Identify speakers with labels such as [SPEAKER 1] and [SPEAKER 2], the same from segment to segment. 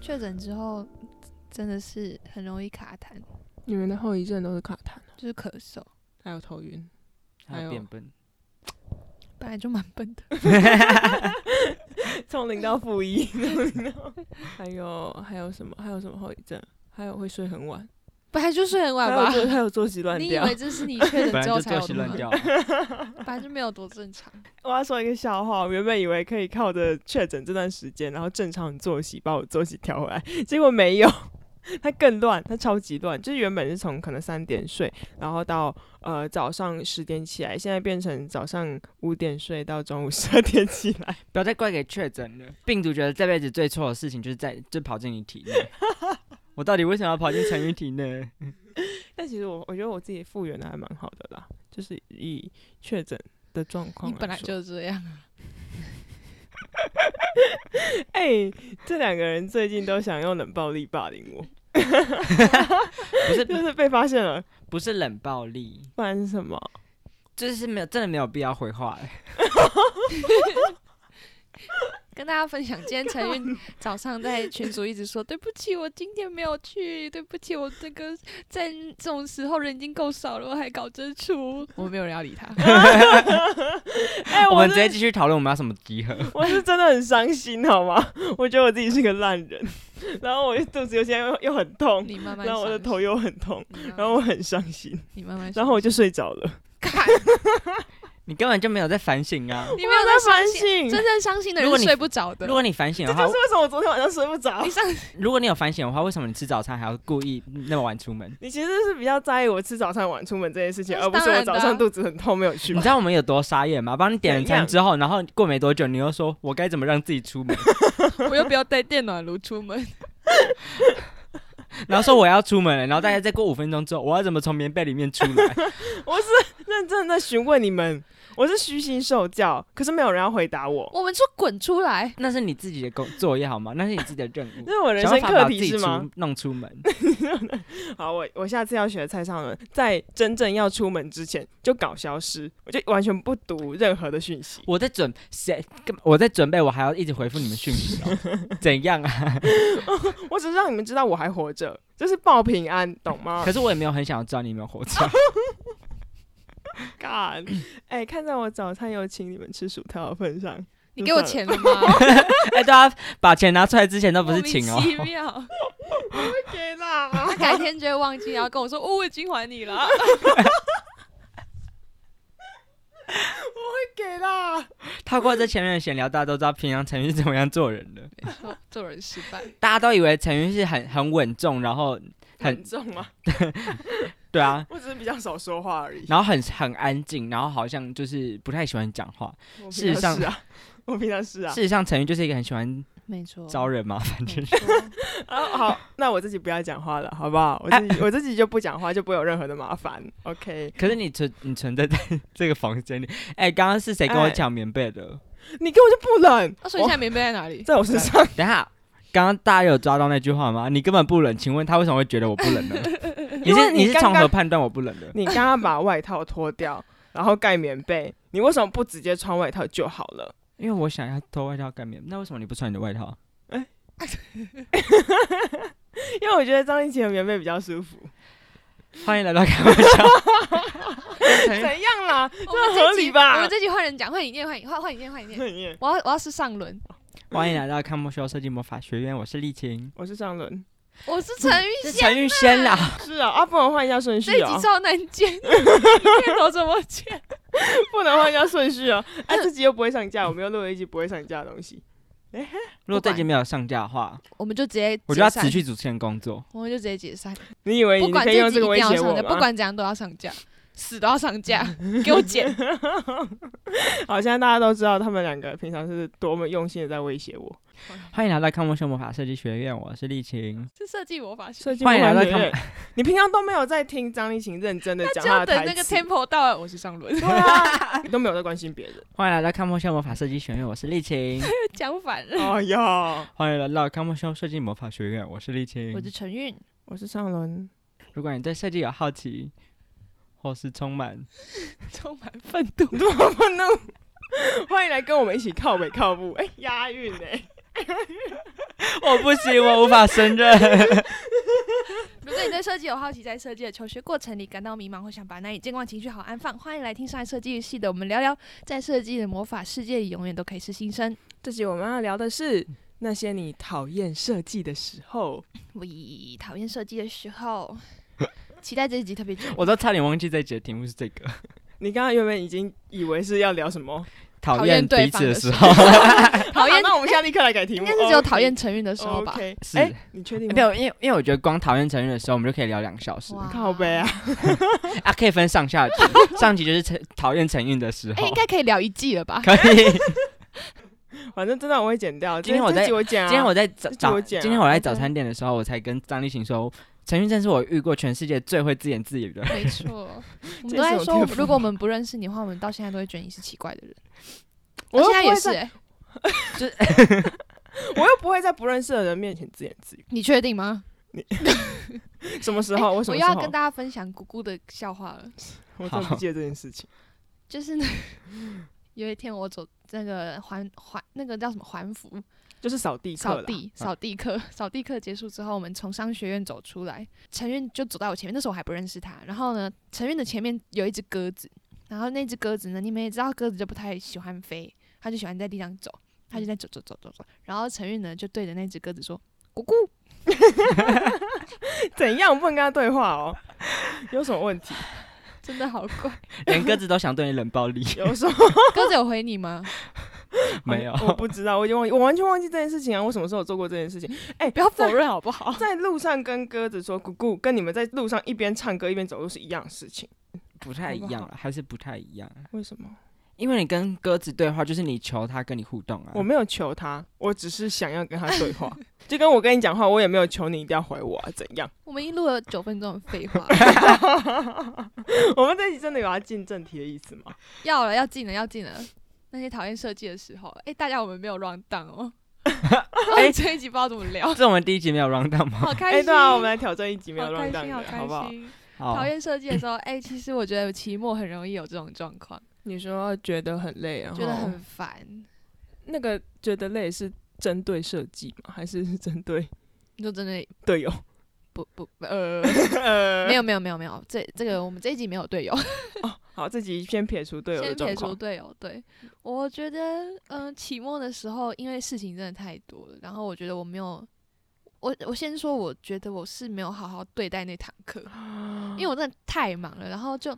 [SPEAKER 1] 确诊之后真的是很容易卡痰，
[SPEAKER 2] 你们的后遗症都是卡痰，
[SPEAKER 1] 就是咳嗽，
[SPEAKER 2] 还有头 晕。
[SPEAKER 3] 还
[SPEAKER 2] 还
[SPEAKER 3] 有
[SPEAKER 2] 有
[SPEAKER 3] 变笨，
[SPEAKER 1] 本来就蛮笨的。
[SPEAKER 2] 从零到负一， 还有还有什么？还有什么后遗症？还有会睡很晚，
[SPEAKER 1] 本来就睡很 晚
[SPEAKER 2] 还有
[SPEAKER 1] 吧？
[SPEAKER 2] 作还有作息乱
[SPEAKER 1] 你以
[SPEAKER 2] 掉。
[SPEAKER 1] 为这是你确诊
[SPEAKER 3] 本来
[SPEAKER 1] 之后
[SPEAKER 3] 就
[SPEAKER 1] 才
[SPEAKER 3] 作
[SPEAKER 1] 有
[SPEAKER 3] 息
[SPEAKER 1] 的
[SPEAKER 3] 乱
[SPEAKER 1] 吗？
[SPEAKER 3] 掉，
[SPEAKER 1] 本来就没有多正常。
[SPEAKER 2] 我要说一个笑话，我原本以为可以靠着确诊这段时间，然后正常作息把我作息调回来，结果没有，它更乱，它超级乱。就是原本是从可能三点睡，然后到呃早上十点起来，现在变成早上五点睡到中午十二点起来。
[SPEAKER 3] 不要再怪给确诊了。病毒觉得这辈子最错的事情就是在就跑进你体内。我到底为什么要跑进成语体内？
[SPEAKER 2] 但其实我我觉得我自己复原的还蛮好的啦，就是以确诊的状况
[SPEAKER 1] 你
[SPEAKER 2] 来
[SPEAKER 1] 本来
[SPEAKER 2] 说
[SPEAKER 1] 就这样，
[SPEAKER 2] 哎、这两个人最近都想用冷暴力霸凌我，
[SPEAKER 3] 不是
[SPEAKER 2] 就是被发现了，
[SPEAKER 3] 不是冷暴力，
[SPEAKER 2] 不然是什么？
[SPEAKER 3] 就是没有真的没有必要回话、欸。
[SPEAKER 1] 跟大家分享，今天陈 韵早上在群组一直说对不起，我今天没有去，对不起，我这个在这种时候人已经够少了，我还搞这出，我没有人要 理他。
[SPEAKER 2] 哎、
[SPEAKER 3] 我们
[SPEAKER 2] 真
[SPEAKER 3] 直
[SPEAKER 2] 的
[SPEAKER 3] 接继续讨论我们要什么集合。
[SPEAKER 2] 我是真的很伤心，好吗？我觉得我自己是个烂人，然后我肚子又现在又又很痛，
[SPEAKER 1] 你慢慢
[SPEAKER 2] 然后我的
[SPEAKER 1] 想
[SPEAKER 2] 头又很痛，
[SPEAKER 1] 你慢慢
[SPEAKER 2] 然后我很伤心，
[SPEAKER 1] 你慢慢想，
[SPEAKER 2] 然后我就睡着了。
[SPEAKER 1] 看，
[SPEAKER 3] 你根本就没有在反省啊！
[SPEAKER 1] 你没有在
[SPEAKER 2] 反
[SPEAKER 1] 伤心，真
[SPEAKER 2] 省，这
[SPEAKER 1] 正伤心的
[SPEAKER 3] 如
[SPEAKER 1] 人
[SPEAKER 3] 果
[SPEAKER 1] 是
[SPEAKER 3] 你
[SPEAKER 1] 睡不着的
[SPEAKER 3] 如。果你反省的话
[SPEAKER 2] 就是，为什么我昨天晚上睡不着
[SPEAKER 1] 你。上
[SPEAKER 3] 如果你有反省的话，为什么你吃早餐还要故意那么晚出 门？
[SPEAKER 2] 你其实是比较在意我吃早餐晚出门这件事情，
[SPEAKER 1] 那是
[SPEAKER 2] 而不是我
[SPEAKER 1] 当然的啊
[SPEAKER 2] 早上肚子很痛没有 去
[SPEAKER 3] 你。知道我们有多傻眼吗？帮你点了餐之后，然后过没多久，你又说我该怎么让自己出门，
[SPEAKER 1] 我又不要带电暖炉出门，
[SPEAKER 3] 然后说我要出门了，然后大概再过五分钟之后，我要怎么从棉被里面出来？
[SPEAKER 2] 我是认真的询问你们，我是虚心受教，可是没有人要回答我。
[SPEAKER 1] 我们说滚出来，
[SPEAKER 3] 那是你自己的工作业好吗？那是你自己的任务
[SPEAKER 2] 这。是我 人
[SPEAKER 3] 想
[SPEAKER 2] 生
[SPEAKER 3] 办法
[SPEAKER 2] 课
[SPEAKER 3] 把自
[SPEAKER 2] 题
[SPEAKER 3] 己
[SPEAKER 2] 是吗？
[SPEAKER 3] 出弄出门，
[SPEAKER 2] 好，我我下次要学蔡尚文，在真正要出门之前就搞消失，我就完全不读任何的讯息。
[SPEAKER 3] 我在准谁？干嘛我在准备，我还要一直回复你们讯息 哦。怎样啊？
[SPEAKER 2] 我只是让你们知道我还活着，就是报平安，懂吗
[SPEAKER 3] 可是我也没有很想要知道你有没有活着。
[SPEAKER 2] ？God，哎、看在我早餐有请你们吃薯条的份上，
[SPEAKER 1] 你
[SPEAKER 2] 就
[SPEAKER 1] 给我
[SPEAKER 2] 算
[SPEAKER 1] 钱了吗？
[SPEAKER 3] 哎，对啊，把钱拿出来之前都不是请哦
[SPEAKER 1] 莫。名其妙，
[SPEAKER 2] 了，给啦。
[SPEAKER 1] 他改天就会忘记，然后跟我说哦，我已经还你了。
[SPEAKER 2] 给啦！
[SPEAKER 3] 透过这前面的闲聊，大家都知道平常陈云是怎么样做人的。
[SPEAKER 1] 做做人失败，
[SPEAKER 3] 大家都以为陈云是很很稳重，然后
[SPEAKER 2] 很
[SPEAKER 3] 很
[SPEAKER 2] 重吗？
[SPEAKER 3] 对啊，
[SPEAKER 2] 我只是比较少说话而已。
[SPEAKER 3] 然后很很安静，然后好像就是不太喜欢讲话。
[SPEAKER 2] 我平常
[SPEAKER 3] 事实上
[SPEAKER 2] 是啊， 我平常是啊。
[SPEAKER 3] 事实上，陈云就是一个很喜欢
[SPEAKER 1] 没
[SPEAKER 2] 哦
[SPEAKER 1] 错
[SPEAKER 3] 招人麻烦的
[SPEAKER 2] 嗯
[SPEAKER 3] 人。
[SPEAKER 2] 啊，好，那我自己不要讲话了，好不好？我自己我自己就不讲话，就不会有任何的麻烦。OK，
[SPEAKER 3] 可是你存你存在在这个房间里，哎，刚刚是谁跟我
[SPEAKER 2] 哎
[SPEAKER 3] 抢棉被的？
[SPEAKER 2] 你根本就不冷，哦
[SPEAKER 1] 那啊所以现在棉被在哪里？
[SPEAKER 2] 在我身上。
[SPEAKER 3] 等一下。刚刚大家有抓到那句话吗？你根本不冷，请问他为什么会觉得我不冷呢？ 你
[SPEAKER 2] 因为
[SPEAKER 3] 是
[SPEAKER 2] 你
[SPEAKER 3] 是
[SPEAKER 2] 刚
[SPEAKER 3] 从
[SPEAKER 2] 刚
[SPEAKER 3] 何判断我不冷的？
[SPEAKER 2] 你刚刚把外套脱掉，然后盖棉被，你为什么不直接穿外套就好了？
[SPEAKER 3] 因为我想要脱外套盖棉，那为什么你不穿你的外套？
[SPEAKER 2] 因为我觉得张一奇的棉被比较舒服。
[SPEAKER 3] 欢迎来到开玩笑。
[SPEAKER 2] 怎样啦？
[SPEAKER 1] 我们
[SPEAKER 2] 合
[SPEAKER 1] 这集
[SPEAKER 2] 理吧
[SPEAKER 1] 我们这集换人讲，换影片，换影换换影片，换影片。我要我要是上轮，
[SPEAKER 3] 欢迎来到康莫修设计魔法学院，我是丽琴，
[SPEAKER 2] 我是张伦。
[SPEAKER 1] 我是陈玉
[SPEAKER 3] 是
[SPEAKER 1] 仙，
[SPEAKER 3] 陈玉仙啦。
[SPEAKER 2] 是啊，啊，不能换一下顺
[SPEAKER 1] 这
[SPEAKER 2] 序
[SPEAKER 1] 一
[SPEAKER 2] 啊
[SPEAKER 1] 集，超难剪， 你片头怎么剪？
[SPEAKER 2] 不能换一下顺 序啊。哎，这集又不会上架，我们又录了一集不会上架的东西。
[SPEAKER 3] 如果这集没有上架的话，
[SPEAKER 1] 我们就直接，
[SPEAKER 3] 我就要辞，去主持人工作。
[SPEAKER 1] 我们就直接解散。
[SPEAKER 2] 你以为
[SPEAKER 1] 不
[SPEAKER 2] 哎你
[SPEAKER 1] 管
[SPEAKER 2] 可以
[SPEAKER 1] 这
[SPEAKER 2] 用
[SPEAKER 1] 集
[SPEAKER 2] 这
[SPEAKER 1] 一定
[SPEAKER 2] 个威
[SPEAKER 1] 要
[SPEAKER 2] 胁
[SPEAKER 1] 上
[SPEAKER 2] 我
[SPEAKER 1] 架，
[SPEAKER 2] 吗？
[SPEAKER 1] 不管怎样都要上架，死都要上架，给我剪。
[SPEAKER 2] 好，现在大家都知道他们两个平常是多么用心的在威胁我。
[SPEAKER 3] 欢迎来到康莫修魔法设计学院，我是丽琴。
[SPEAKER 1] 是设计魔法学，
[SPEAKER 2] 设计
[SPEAKER 3] 欢迎来到康
[SPEAKER 2] 看，你平常都没有在听张丽琴认真的讲
[SPEAKER 1] 就
[SPEAKER 2] 她
[SPEAKER 1] 要
[SPEAKER 2] 的
[SPEAKER 1] 等
[SPEAKER 2] 台
[SPEAKER 1] 那个
[SPEAKER 2] 词，
[SPEAKER 1] tempo 到了，我是上轮。
[SPEAKER 2] 对啊，你都没有在关心别人。
[SPEAKER 3] 欢迎来到康莫修魔法设计学院，我是丽琴。
[SPEAKER 1] 讲反了。
[SPEAKER 2] 哎呀，
[SPEAKER 3] 欢迎来到康莫修设计魔法学院，我是丽
[SPEAKER 1] 我
[SPEAKER 3] 琴
[SPEAKER 1] 是。陈韵，
[SPEAKER 2] 我是上 轮，
[SPEAKER 3] 如果你对设计有好奇，或是充满
[SPEAKER 1] 充满愤怒。
[SPEAKER 2] 多么愤怒！欢迎来跟我们一起靠北靠步，哎、押韵哎、
[SPEAKER 3] 我哦不行，我无法胜 任。
[SPEAKER 1] 如果你对设计有好奇，在设计的求学过程里感到迷茫，或想把难以健忘情绪好安放，欢迎来听上海设计系的我们聊聊，在设计的魔法世界里，永远都可以是新生。
[SPEAKER 2] 这集我们要聊的是那些你讨厌设计的时候。
[SPEAKER 1] We 讨厌设计的时候， 期待这一集特别 久。
[SPEAKER 3] 我都差点忘记这一集的题目是这个，
[SPEAKER 2] 你刚刚原本已经以为是要聊什么，
[SPEAKER 3] 讨
[SPEAKER 1] 厌
[SPEAKER 3] 厌
[SPEAKER 1] 对
[SPEAKER 3] 彼
[SPEAKER 1] 方
[SPEAKER 3] 此的
[SPEAKER 1] 的
[SPEAKER 3] 时
[SPEAKER 1] 时
[SPEAKER 3] 候。
[SPEAKER 1] 讨厌
[SPEAKER 2] 好那我们现在立刻来改题目。
[SPEAKER 1] 应该是只有
[SPEAKER 2] OK
[SPEAKER 1] 讨厌成语的时候吧。
[SPEAKER 2] OK，
[SPEAKER 3] 是
[SPEAKER 2] 哎你确定
[SPEAKER 3] 没
[SPEAKER 2] 吗？
[SPEAKER 3] 有，因为因为我觉得光讨厌成人的时候，我们就可以聊两个小时
[SPEAKER 1] 哇
[SPEAKER 2] 靠背啊！
[SPEAKER 3] 啊，可以分上 下集。上集就是成讨厌成运的时
[SPEAKER 1] 哎、
[SPEAKER 3] 候
[SPEAKER 1] 应，该可以聊一季了吧？
[SPEAKER 3] 可以。
[SPEAKER 2] 反正真的我会剪掉。
[SPEAKER 3] 今天我
[SPEAKER 2] 这
[SPEAKER 3] 在
[SPEAKER 2] 集我剪啊，
[SPEAKER 3] 今天我在
[SPEAKER 2] 这
[SPEAKER 3] 早
[SPEAKER 2] 集
[SPEAKER 3] 早，
[SPEAKER 2] 我剪啊
[SPEAKER 3] 今天我在早餐店的时候，我才跟张立行说，陈运真是我遇过全世界最会自言自语的 人。
[SPEAKER 1] 没错，我们
[SPEAKER 2] 这
[SPEAKER 1] 都在
[SPEAKER 2] 是我
[SPEAKER 1] 说
[SPEAKER 2] 天，赋
[SPEAKER 1] 如果我们不认识你的话，我们到现在都会觉得你是奇怪的人。
[SPEAKER 2] 我
[SPEAKER 1] 我
[SPEAKER 2] 又
[SPEAKER 1] 现在
[SPEAKER 2] 不
[SPEAKER 1] 也
[SPEAKER 2] 会
[SPEAKER 1] 是、
[SPEAKER 2] 在，
[SPEAKER 1] 欸，
[SPEAKER 2] 我又不会在不认识的人面前自言自语。
[SPEAKER 1] 你确定吗？
[SPEAKER 2] 什么时
[SPEAKER 1] 哎
[SPEAKER 2] 候？我
[SPEAKER 1] 我
[SPEAKER 2] 什么
[SPEAKER 1] 又
[SPEAKER 2] 时
[SPEAKER 1] 要
[SPEAKER 2] 候
[SPEAKER 1] 跟？大家分享姑姑的笑话了。
[SPEAKER 2] 我真的不记得这件事情。
[SPEAKER 1] 就是呢， 有一天我走那个环环那个叫什么环服
[SPEAKER 2] 就是扫地课
[SPEAKER 1] 扫
[SPEAKER 2] 啦，
[SPEAKER 1] 地扫地课， 扫地课结束之后，我们从商学院走出来，陈韵就走到我前面，那时候我还不认识他。然后呢，陈韵的前面有一只鸽子，然后那只鸽子呢，你们也知道鸽子就不太喜欢飞，它就喜欢在地上走，它就在走走走走走。然后陈韵呢就对着那只鸽子说：“咕咕。”
[SPEAKER 2] 怎样？我不能跟他对话哦，有什么问题？
[SPEAKER 1] 真的好怪，
[SPEAKER 3] 连鸽子都想对你冷暴力，
[SPEAKER 2] 有什么？
[SPEAKER 1] 鸽子有回你吗？
[SPEAKER 3] 没 有。
[SPEAKER 2] 我不知道，我已经忘记，我完全忘记这件事情啊！我什么时候有做过这件事情？哎、
[SPEAKER 1] 不要
[SPEAKER 2] 在
[SPEAKER 1] 否认好不好？
[SPEAKER 2] 在路上跟鸽子说“咕咕”，跟你们在路上一边唱歌一边走路是一样的事情。
[SPEAKER 3] 不太一样
[SPEAKER 2] 好不
[SPEAKER 3] 了，还是不太一样，啊
[SPEAKER 2] 为什么？
[SPEAKER 3] 因为你跟鸽子对话，就是你求它跟你互动啊。
[SPEAKER 2] 我没有求他，我只是想要跟他对话， 就跟我跟你讲话，我也没有求你一定要回我啊，怎样？
[SPEAKER 1] 我们一录了九分钟的废话，
[SPEAKER 2] 我们这集真的有要进正题的意思吗？
[SPEAKER 1] 要了要进了要进了。那些讨厌设计的时候，哎、大家我们没有 round down 哦。哎、这一集不知道怎么聊，
[SPEAKER 3] 这我们第一集没有 round down 吗？
[SPEAKER 1] 好开
[SPEAKER 2] 哎、
[SPEAKER 1] 心。
[SPEAKER 2] 对啊，我们来挑战一集没有
[SPEAKER 1] 好
[SPEAKER 2] 乱
[SPEAKER 1] 开
[SPEAKER 2] 当
[SPEAKER 1] 心，
[SPEAKER 2] 的，
[SPEAKER 1] 开
[SPEAKER 2] 好不好？
[SPEAKER 1] 心。
[SPEAKER 3] 好
[SPEAKER 1] 讨，厌设计的时候，哎、其实我觉得期末很容易有这种状况，
[SPEAKER 2] 你说觉得很累，然后
[SPEAKER 1] 觉得很烦。
[SPEAKER 2] 那个觉得累是针对设计吗？还是是针对
[SPEAKER 1] 你就真的
[SPEAKER 2] 队友？
[SPEAKER 1] 不不呃，
[SPEAKER 2] 呃哦
[SPEAKER 1] 没有没有没有没有，这这个我们这一集没有队友。
[SPEAKER 2] 好，这集先撇除队友的
[SPEAKER 1] 先
[SPEAKER 2] 状
[SPEAKER 1] 撇除
[SPEAKER 2] 况。
[SPEAKER 1] 队友，对我觉得，嗯、期末的时候，因为事情真的太多了，然后我觉得我没有，我我先说，我觉得我是没有好好对待那堂 课，因为我真的太忙了，然后就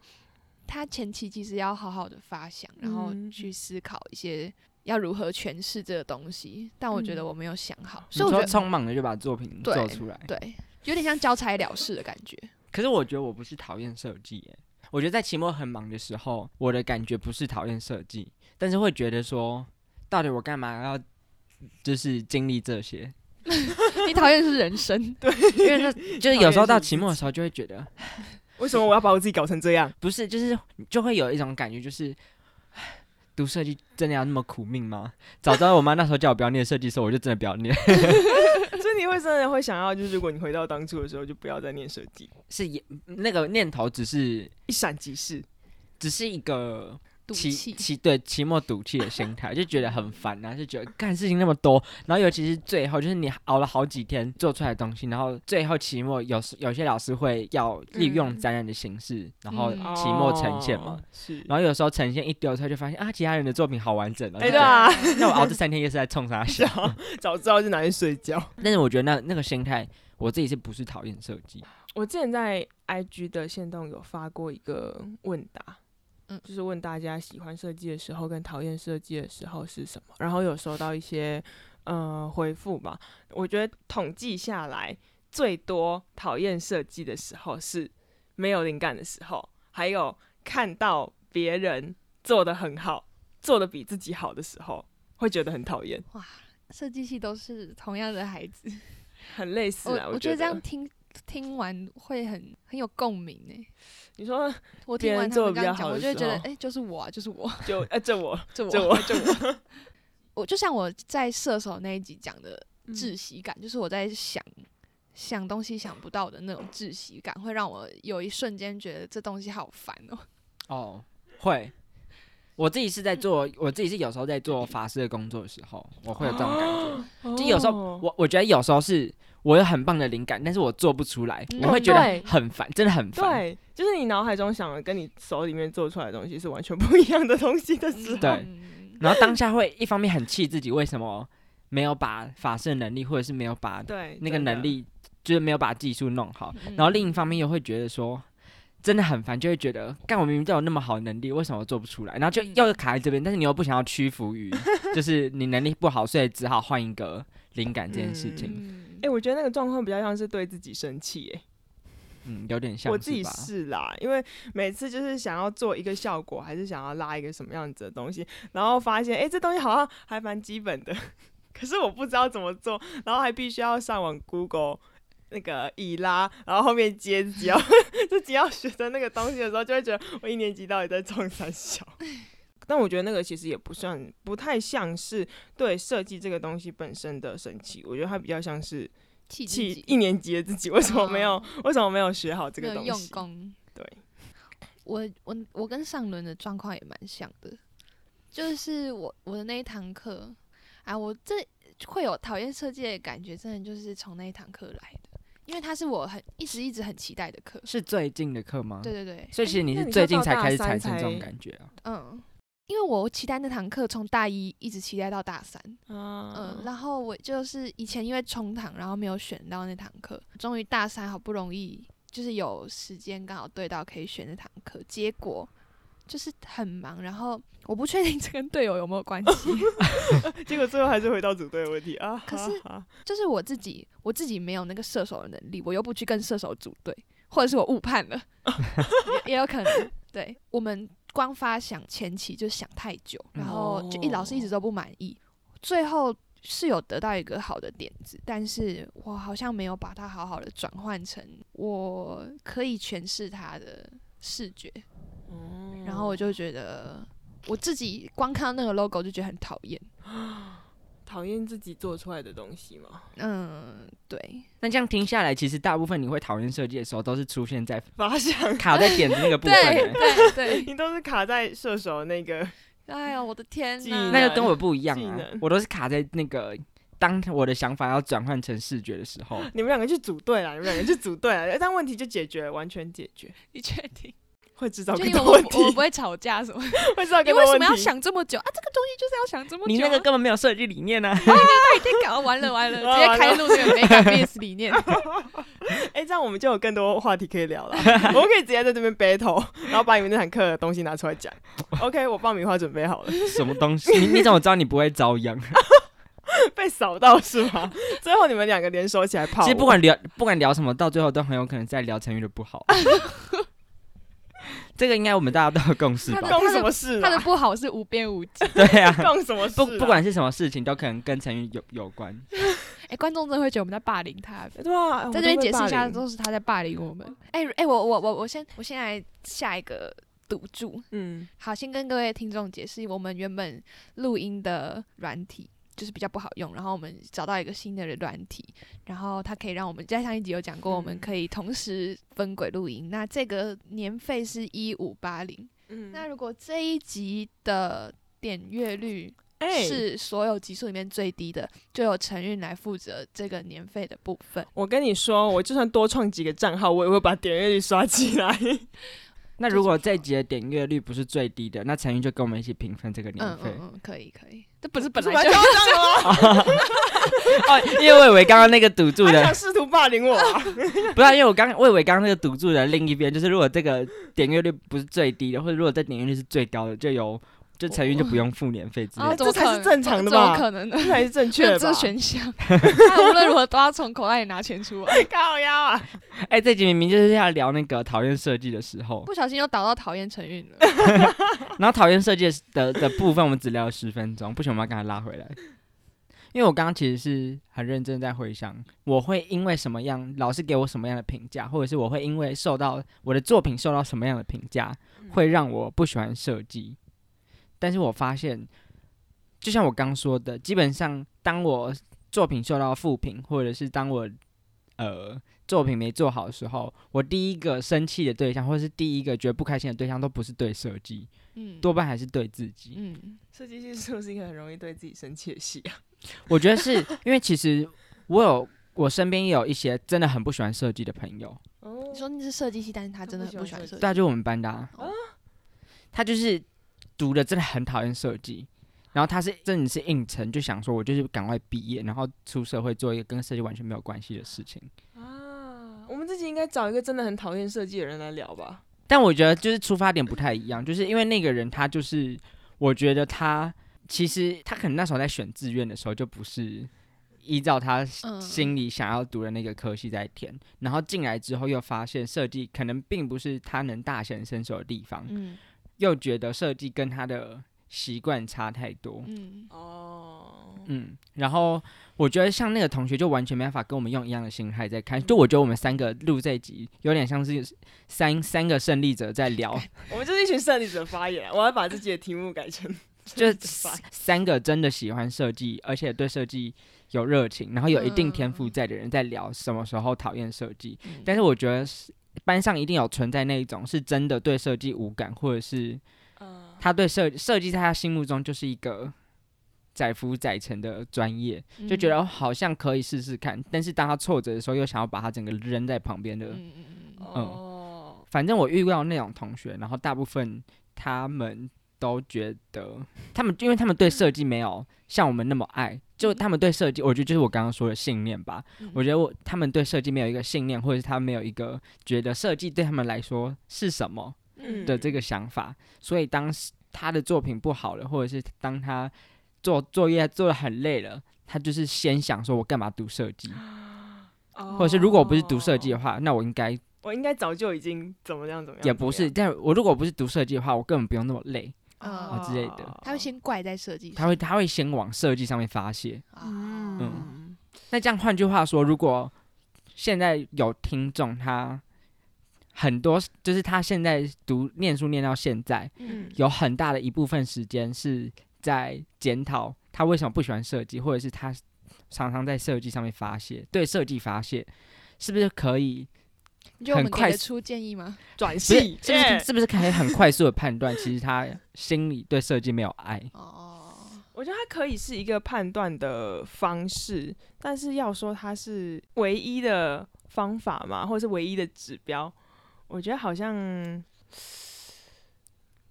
[SPEAKER 1] 他前期其实要好好的发想，然后
[SPEAKER 2] 嗯
[SPEAKER 1] 去思考一些要如何诠释这个东西，但我觉得
[SPEAKER 2] 嗯
[SPEAKER 1] 我没有想好，
[SPEAKER 3] 你
[SPEAKER 1] 所以我觉
[SPEAKER 3] 说
[SPEAKER 1] 得
[SPEAKER 3] 匆忙的就把作品
[SPEAKER 1] 对
[SPEAKER 3] 做出来。
[SPEAKER 1] 对，有点像交差了事的感觉。
[SPEAKER 3] 可是我觉得我不是讨厌设计耶，我觉得在期末很忙的时候，我的感觉不是讨厌设计，但是会觉得说，到底我干嘛要就是经历这些？
[SPEAKER 1] 你讨厌的是人生，对，
[SPEAKER 3] 因为那 就是有时候到期末的时候就会觉得，
[SPEAKER 2] 为什么我要把我自己搞成这样？
[SPEAKER 3] 不是，就是就会有一种感觉，就是。唉读设计真的要那么苦命吗？早知道我妈那时候叫我不要念设计的时候，我就真的不要念。
[SPEAKER 2] 所以你会真的会想要，就是如果你回到当初的时候，就不要再念设计，
[SPEAKER 3] 是也那个念头只是
[SPEAKER 2] 一闪即逝。
[SPEAKER 3] 只是一个
[SPEAKER 1] 赌
[SPEAKER 3] 期
[SPEAKER 1] 气。
[SPEAKER 3] 期对期末赌气的心态，就 觉得很烦啊，就觉得干事情那么多，然后尤其是最后就是你熬了好几天做出来的东西，然后最后期末有时有些老师会要利用
[SPEAKER 1] 嗯
[SPEAKER 3] 展览的形式，然后
[SPEAKER 1] 嗯
[SPEAKER 3] 期末呈现嘛
[SPEAKER 2] 哦，，是。
[SPEAKER 3] 然后有时候呈现一丢出来就发现啊，其他人的作品好完整哦，
[SPEAKER 2] 哎
[SPEAKER 3] 就觉得
[SPEAKER 2] 啊
[SPEAKER 3] 那我熬这三天又是在冲啥笑？
[SPEAKER 2] 早知道就拿去睡觉。
[SPEAKER 3] 但是我觉得那那个心态，我自己是不是讨厌设计？
[SPEAKER 2] 我之前在 IG 的线动有发过一个问答，
[SPEAKER 1] 嗯
[SPEAKER 2] 就是问大家喜欢设计的时候跟讨厌设计的时候是什么，然后有收到一些呃回复吧。我觉得统计下来，最多讨厌设计的时候是没有灵感的时候，还有看到别人做的很好，做的比自己好的时候，会觉得很讨厌，
[SPEAKER 1] 哇，设计系都是同样的孩子。
[SPEAKER 2] 很类似啊。
[SPEAKER 1] 我
[SPEAKER 2] 觉
[SPEAKER 1] 觉得这样听听完会很很有共鸣呢、
[SPEAKER 2] 你说
[SPEAKER 1] 我听
[SPEAKER 2] 别人
[SPEAKER 1] 完他
[SPEAKER 2] 做
[SPEAKER 1] 们
[SPEAKER 2] 得
[SPEAKER 1] 这
[SPEAKER 2] 比
[SPEAKER 1] 样
[SPEAKER 2] 较
[SPEAKER 1] 讲，
[SPEAKER 2] 好
[SPEAKER 1] 我
[SPEAKER 2] 的
[SPEAKER 1] 就会
[SPEAKER 2] 时
[SPEAKER 1] 觉得，
[SPEAKER 2] 候
[SPEAKER 1] 哎、就是我啊，就是我，
[SPEAKER 2] 就呃，这我
[SPEAKER 1] 就我，
[SPEAKER 2] 这
[SPEAKER 1] 我
[SPEAKER 2] 我
[SPEAKER 1] 就我。啊 我就像我在射手那一集讲的
[SPEAKER 2] 嗯
[SPEAKER 1] 窒息感，就是我在想想东西想不到的那种窒息感，会让我有一瞬间觉得这东西好烦哦、
[SPEAKER 3] 哦，会，我自己是在做，我自己是有时候在做法师的工作的时候，我会有这种感觉。就有时候
[SPEAKER 2] 哦
[SPEAKER 3] 我我觉得有时候是我有很棒的灵感，但是我做不出来，
[SPEAKER 1] 嗯
[SPEAKER 3] 我会觉
[SPEAKER 2] 对
[SPEAKER 3] 得很烦，真的很烦。
[SPEAKER 2] 对，就是你脑海中想的跟你手里面做出来的东西是完全不一样的东西的时候，
[SPEAKER 3] 对
[SPEAKER 1] 嗯
[SPEAKER 3] 然后当下会一方面很气自己为什么没有把法师的能力，或者是没有把
[SPEAKER 2] 对
[SPEAKER 3] 那个能，力，就是没有把技术弄好。
[SPEAKER 1] 嗯
[SPEAKER 3] 然后另一方面又会觉得说，真的很烦，就会觉得，干我明明就有那么好的能力，为什么我做不出来？然后就
[SPEAKER 1] 嗯
[SPEAKER 3] 又卡在这边，但是你又不想要屈 服于，就是你能力不好，所以只好换一个灵感这件事情。
[SPEAKER 1] 嗯
[SPEAKER 2] 哎、我觉得那个状况比较像是对自己生气、哎。
[SPEAKER 3] 嗯，有点像
[SPEAKER 2] 我
[SPEAKER 3] 是
[SPEAKER 2] 自己
[SPEAKER 3] 吧
[SPEAKER 2] 是啦，因为每次就是想要做一个效果，还是想要拉一个什么样子的东西，然后发现哎、诶这东西好像还蛮基本的， 可是我不知道怎么做，然后还必须要上网 Google 那个以拉，然后后面接自己要 自己要学的那个东西的时候，就会觉得我一年级到底在冲三 小。但我觉得那个其实也不算，不太像是对设计这个东西本身的生气，我觉得它比较像是
[SPEAKER 1] 气自
[SPEAKER 2] 气
[SPEAKER 1] 己
[SPEAKER 2] 一年级的自己为什么没有、
[SPEAKER 1] 哦
[SPEAKER 2] 为什么没有学好这
[SPEAKER 1] 没
[SPEAKER 2] 个
[SPEAKER 1] 有
[SPEAKER 2] 东
[SPEAKER 1] 用
[SPEAKER 2] 西。
[SPEAKER 1] 功。
[SPEAKER 2] 对，
[SPEAKER 1] 我我我跟上轮的状况也蛮像的，就是我我的那一堂课啊，我这会有讨厌设计的感觉，真的就是从那一堂课来的，因为它是我很一直一直很期待的课。
[SPEAKER 3] 是最近的课吗？
[SPEAKER 1] 对。对对，
[SPEAKER 3] 所以其实你
[SPEAKER 2] 那
[SPEAKER 3] 是
[SPEAKER 2] 你
[SPEAKER 3] 最
[SPEAKER 2] 说
[SPEAKER 3] 近
[SPEAKER 2] 到
[SPEAKER 3] 才
[SPEAKER 2] 大
[SPEAKER 3] 开始
[SPEAKER 2] 三
[SPEAKER 3] 产生这种
[SPEAKER 2] 才
[SPEAKER 3] 感觉啊？
[SPEAKER 1] 嗯，因为我期待那堂课从大一一直期待到大三，嗯，
[SPEAKER 2] 嗯，
[SPEAKER 1] 然后我就是以前因为冲堂，然后没有选到那堂课，终于大三好不容易就是有时间刚好对到可以选那堂课，结果就是很忙，然后我不确定这跟队友有没有关系，
[SPEAKER 2] 结果最后还是回到组队的问题啊。
[SPEAKER 1] 可是
[SPEAKER 2] 哈哈
[SPEAKER 1] 就是我自己我自己没有那个射手的能力，我又不去跟射手组队，或者是我误判 了，也也有可能。对我们光发想前期就想太久，然后就一老师一直都不满意，最后是有得到一个好的点子，但是我好像没有把它好好的转换成我可以诠释它的视觉，嗯
[SPEAKER 2] 哦嗯
[SPEAKER 1] 然后我就觉得我自己光看到那个 logo 就觉得很讨厌。
[SPEAKER 2] 讨厌自己做出来的东西嘛，
[SPEAKER 1] 嗯，对，
[SPEAKER 3] 那这样听下来，其实大部分你会讨厌设计的时候，都是出现在
[SPEAKER 2] 发想
[SPEAKER 3] 卡在点子那个部
[SPEAKER 1] 对
[SPEAKER 3] 分、 欸。
[SPEAKER 1] 对对，
[SPEAKER 2] 你都是卡在射手那个，
[SPEAKER 1] 哎呀，我的天
[SPEAKER 2] 技
[SPEAKER 1] 呐！
[SPEAKER 2] 能
[SPEAKER 3] 那个跟我不一样
[SPEAKER 2] 技
[SPEAKER 3] 啊
[SPEAKER 2] 能，
[SPEAKER 3] 我都是卡在那个当我的想法要转换成视觉的时 候，
[SPEAKER 2] 你们两个去组队啦，你们两个去组队啦， 但问题就解决了，完全解决，
[SPEAKER 1] 你确定？
[SPEAKER 2] 会制造
[SPEAKER 1] 就
[SPEAKER 2] 更
[SPEAKER 1] 因为
[SPEAKER 2] 多
[SPEAKER 1] 我
[SPEAKER 2] 问
[SPEAKER 1] 们
[SPEAKER 2] 题
[SPEAKER 1] 我，们不会吵架什么？
[SPEAKER 2] 会制造
[SPEAKER 1] 你
[SPEAKER 2] 更
[SPEAKER 1] 为
[SPEAKER 2] 多
[SPEAKER 1] 什
[SPEAKER 2] 问
[SPEAKER 1] 么要
[SPEAKER 2] 题。
[SPEAKER 1] 想这么久啊？这个东西就是要想这么久、啊。
[SPEAKER 3] 你那个根本没有设计理念啊！
[SPEAKER 1] 你在搞完 了完了，
[SPEAKER 2] 完
[SPEAKER 1] 直
[SPEAKER 2] 了
[SPEAKER 1] 接开路那个美感 VS 理念。
[SPEAKER 2] 哎、这样我们就有更多话题可以聊了，我们可以直接在这边 battle，然后把你们那堂课的东西拿出来讲。OK，我爆米花准备好了，
[SPEAKER 3] 什么东 西？你你怎么知道你不会遭 殃？
[SPEAKER 2] 被扫到是吗？ 最后你们两个联手起来泡我。
[SPEAKER 3] 其实不管聊不管聊什么，到最后都很有可能在聊成语的不好。 这个应该我们大家都有共识 吧？
[SPEAKER 1] 他
[SPEAKER 2] 共
[SPEAKER 1] 的
[SPEAKER 2] 什么事
[SPEAKER 1] 他的
[SPEAKER 2] 啊？
[SPEAKER 1] 不好是无边无际。
[SPEAKER 3] 对啊，
[SPEAKER 2] 共什么事、
[SPEAKER 3] 不
[SPEAKER 2] 啊？
[SPEAKER 3] 不管是什么事情，都可能跟成语有有关。
[SPEAKER 1] 哎、观众真的会觉得我们在霸凌他。
[SPEAKER 2] 对啊，我
[SPEAKER 1] 在这
[SPEAKER 2] 都
[SPEAKER 1] 边
[SPEAKER 2] 被
[SPEAKER 1] 解释
[SPEAKER 2] 霸
[SPEAKER 1] 一下，
[SPEAKER 2] 凌
[SPEAKER 1] 都是他在霸凌我们。哎、哎、我我我我先我先来下一个赌注。
[SPEAKER 2] 嗯，
[SPEAKER 1] 好，先跟各位听众解释，我们原本录音的软体就是比较不好用，然后我们找到一个新的软体，然后它可以让我们在上一集有讲过，我们
[SPEAKER 2] 嗯
[SPEAKER 1] 可以同时分轨录音。那这个年费是一五八零，
[SPEAKER 2] 嗯
[SPEAKER 1] 那如果这一集的点阅率
[SPEAKER 2] 哎、
[SPEAKER 1] 是所有集数里面最低的，就由陈韵来负责这个年费的部分。
[SPEAKER 2] 我跟你说，我就算多创几个账号，我也会把点阅率刷起来。
[SPEAKER 3] 那如果这一集的点阅率不是最低的，那成语就跟我们一起平分这个年
[SPEAKER 1] 嗯
[SPEAKER 3] 费
[SPEAKER 1] 嗯。嗯，可以可以，这不是本
[SPEAKER 2] 本
[SPEAKER 1] 来就
[SPEAKER 2] 来就要这 样了吗？
[SPEAKER 3] 哦，因为我以为刚刚那个赌注
[SPEAKER 2] 还
[SPEAKER 3] 的
[SPEAKER 2] 想试图霸凌我、 啊？
[SPEAKER 3] 不是啊、因为我刚我以为刚刚那个赌注的另一边，就是如果这个点阅率不是最低的，或者如果这点阅率是最高的，就由就陈云就不用付年费之类
[SPEAKER 1] 啊，
[SPEAKER 3] 的。
[SPEAKER 1] 怎么
[SPEAKER 2] 这才
[SPEAKER 1] 可
[SPEAKER 2] 是
[SPEAKER 1] 能
[SPEAKER 2] 正常的
[SPEAKER 1] 怎么
[SPEAKER 2] 吧
[SPEAKER 1] 可能呢？
[SPEAKER 2] 这才是正确的
[SPEAKER 1] 这
[SPEAKER 2] 吧
[SPEAKER 1] 个？选 项，他无论如何都要从口袋里拿钱出来。
[SPEAKER 2] 靠腰啊！
[SPEAKER 3] 哎、这集明明就是要聊那个讨厌设计的时候，
[SPEAKER 1] 不小心又导到讨厌陈韵了。
[SPEAKER 3] 然后讨厌设计的的部分我们只聊了十分钟，不行，我们要赶快拉回来。因为我刚刚其实是很认真在回想，我会因为什么样，老师给我什么样的评价，或者是我会因为受到我的作品受到什么样的评价，会让我不喜欢设计。但是我发现，就像我刚说的，基本上当我作品受到负评，或者是当我呃作品没做好的时候，我第一个生气的对象，或者是第一个觉得不开心的对象，都不是对设计，
[SPEAKER 1] 嗯，
[SPEAKER 3] 多半还是对自己。
[SPEAKER 1] 嗯，
[SPEAKER 2] 设计系是不是一个很容易对自己生气的系啊？
[SPEAKER 3] 我觉得是因为其实我有我身边也有一些真的很不喜欢设计的朋友，
[SPEAKER 2] 哦
[SPEAKER 1] 你说你是设计系，但是他真的很
[SPEAKER 2] 他
[SPEAKER 1] 不
[SPEAKER 2] 不
[SPEAKER 1] 喜
[SPEAKER 2] 喜
[SPEAKER 1] 欢
[SPEAKER 2] 欢
[SPEAKER 1] 设计，
[SPEAKER 3] 对啊，就是我们班的、啊
[SPEAKER 1] 哦，
[SPEAKER 3] 他就是读的真的很讨厌设计，然后他是真的是硬撑，就想说我就是赶快毕业，然后出社会做一个跟设计完全没有关系的事情。
[SPEAKER 2] 啊，我们自己应该找一个真的很讨厌设计的人来聊吧。
[SPEAKER 3] 但我觉得就是出发点不太一样，就是因为那个人他就是，我觉得他其实他可能那时候在选志愿的时候就不是依照他
[SPEAKER 1] 嗯
[SPEAKER 3] 心里想要读的那个科系在填，然后进来之后又发现设计可能并不是他能大显身手的地方，
[SPEAKER 1] 嗯
[SPEAKER 3] 又觉得设计跟他的习惯差太多。
[SPEAKER 1] 嗯
[SPEAKER 2] 哦，
[SPEAKER 3] 嗯，然后我觉得像那个同学就完全没办法跟我们用一样的心态在看，就我觉得我们三个录这一集有点像是三三个胜利者在 聊，
[SPEAKER 2] 我们就是一群胜利者发言，我要把自己的题目改成
[SPEAKER 3] 就
[SPEAKER 2] 胜利者发言
[SPEAKER 3] 三个真的喜欢设计，而且对设计有热情，然后有一定天赋在的人在聊什么时候讨厌设计。
[SPEAKER 1] 嗯
[SPEAKER 3] 但是我觉得是班上一定有存在那一种是真的对设计无感，或者是
[SPEAKER 2] 啊
[SPEAKER 3] 他对设设计在他心目中就是一个载浮载沉的专业，就
[SPEAKER 1] 嗯
[SPEAKER 3] 觉得哦好像可以试试看，但是当他挫折的时候，又想要把他整个扔在旁边的。
[SPEAKER 1] 嗯嗯嗯
[SPEAKER 2] 哦，
[SPEAKER 3] 反正我遇到那种同学，然后大部分他们都觉得，他们因为他们对设计没有像我们那么爱，就他们对设计，我觉得就是我刚刚说的信念吧。
[SPEAKER 1] 嗯
[SPEAKER 3] 我觉得我他们对设计没有一个信念，或者是他没有一个觉得设计对他们来说是什么
[SPEAKER 1] 嗯
[SPEAKER 3] 的这个想法，所以当时他的作品不好了，或者是当他做作业做的很累了，他就是先想说我干嘛读设计，或者是如果我不是读设计的
[SPEAKER 2] 哦，
[SPEAKER 3] 话，那我应该
[SPEAKER 2] 我应该早就已经怎么样怎么样，
[SPEAKER 3] 也不是，但我如果不是读设计的话，我根本不用那么累。
[SPEAKER 1] 啊
[SPEAKER 3] 之类
[SPEAKER 2] 哦
[SPEAKER 3] 的
[SPEAKER 1] 他会先怪在设计上，
[SPEAKER 3] 他会他会先往设计上面发泄。
[SPEAKER 1] 啊，
[SPEAKER 3] 嗯，那这样换句话说，如果现在有听众他很多，就是他现在读念书念到现在，
[SPEAKER 1] 嗯
[SPEAKER 3] 有很大的一部分时间是在检讨他为什么不喜欢设计，或者是他常常在设计上面发泄，对设计发泄。是不是可以？
[SPEAKER 1] 你觉得我们
[SPEAKER 3] 很快
[SPEAKER 1] 给得出建议吗？
[SPEAKER 2] 转
[SPEAKER 3] 不是
[SPEAKER 2] 系，
[SPEAKER 3] 是不
[SPEAKER 2] 耶
[SPEAKER 3] 是是不是可以很快速的判断，其实他心里对设计没有爱？
[SPEAKER 1] 哦，
[SPEAKER 2] 我觉得它可以是一个判断的方式，但是要说它是唯一的方法嘛，或者是唯一的指标，我觉得好像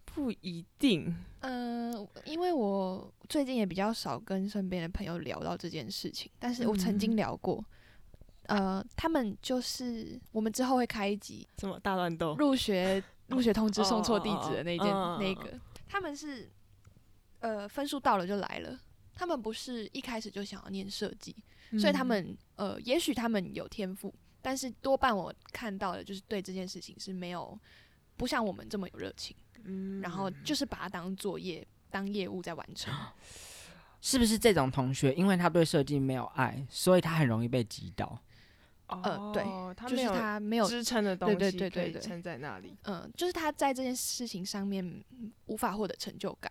[SPEAKER 2] 不一定。
[SPEAKER 1] 嗯，因为我最近也比较少跟身边的朋友聊到这件事情，但是我曾经
[SPEAKER 2] 嗯
[SPEAKER 1] 聊过。呃，他们就是我们之后会开一集
[SPEAKER 2] 什么大乱斗？
[SPEAKER 1] 入学入学通知送错地址的那件、
[SPEAKER 2] 哦哦哦哦哦
[SPEAKER 1] 那个，他们是呃分数到了就来了，他们不是一开始就想要念设计，嗯所以他们
[SPEAKER 2] 嗯
[SPEAKER 1] 呃也许他们有天赋，但是多半我看到的就是对这件事情是没有不像我们这么有热情，
[SPEAKER 2] 嗯，啊
[SPEAKER 1] 然后就是把它当作业当业务在完成，
[SPEAKER 3] 是不是这种同学，因为他对设计没有爱，所以他很容易被击倒？
[SPEAKER 1] 呃对
[SPEAKER 2] 哦他
[SPEAKER 1] 就是
[SPEAKER 2] 没有
[SPEAKER 1] 他没有
[SPEAKER 2] 支撑的东西，
[SPEAKER 1] 对对对对对
[SPEAKER 2] 撑在那里。
[SPEAKER 1] 嗯、就是他在这件事情上面无法获得成就感，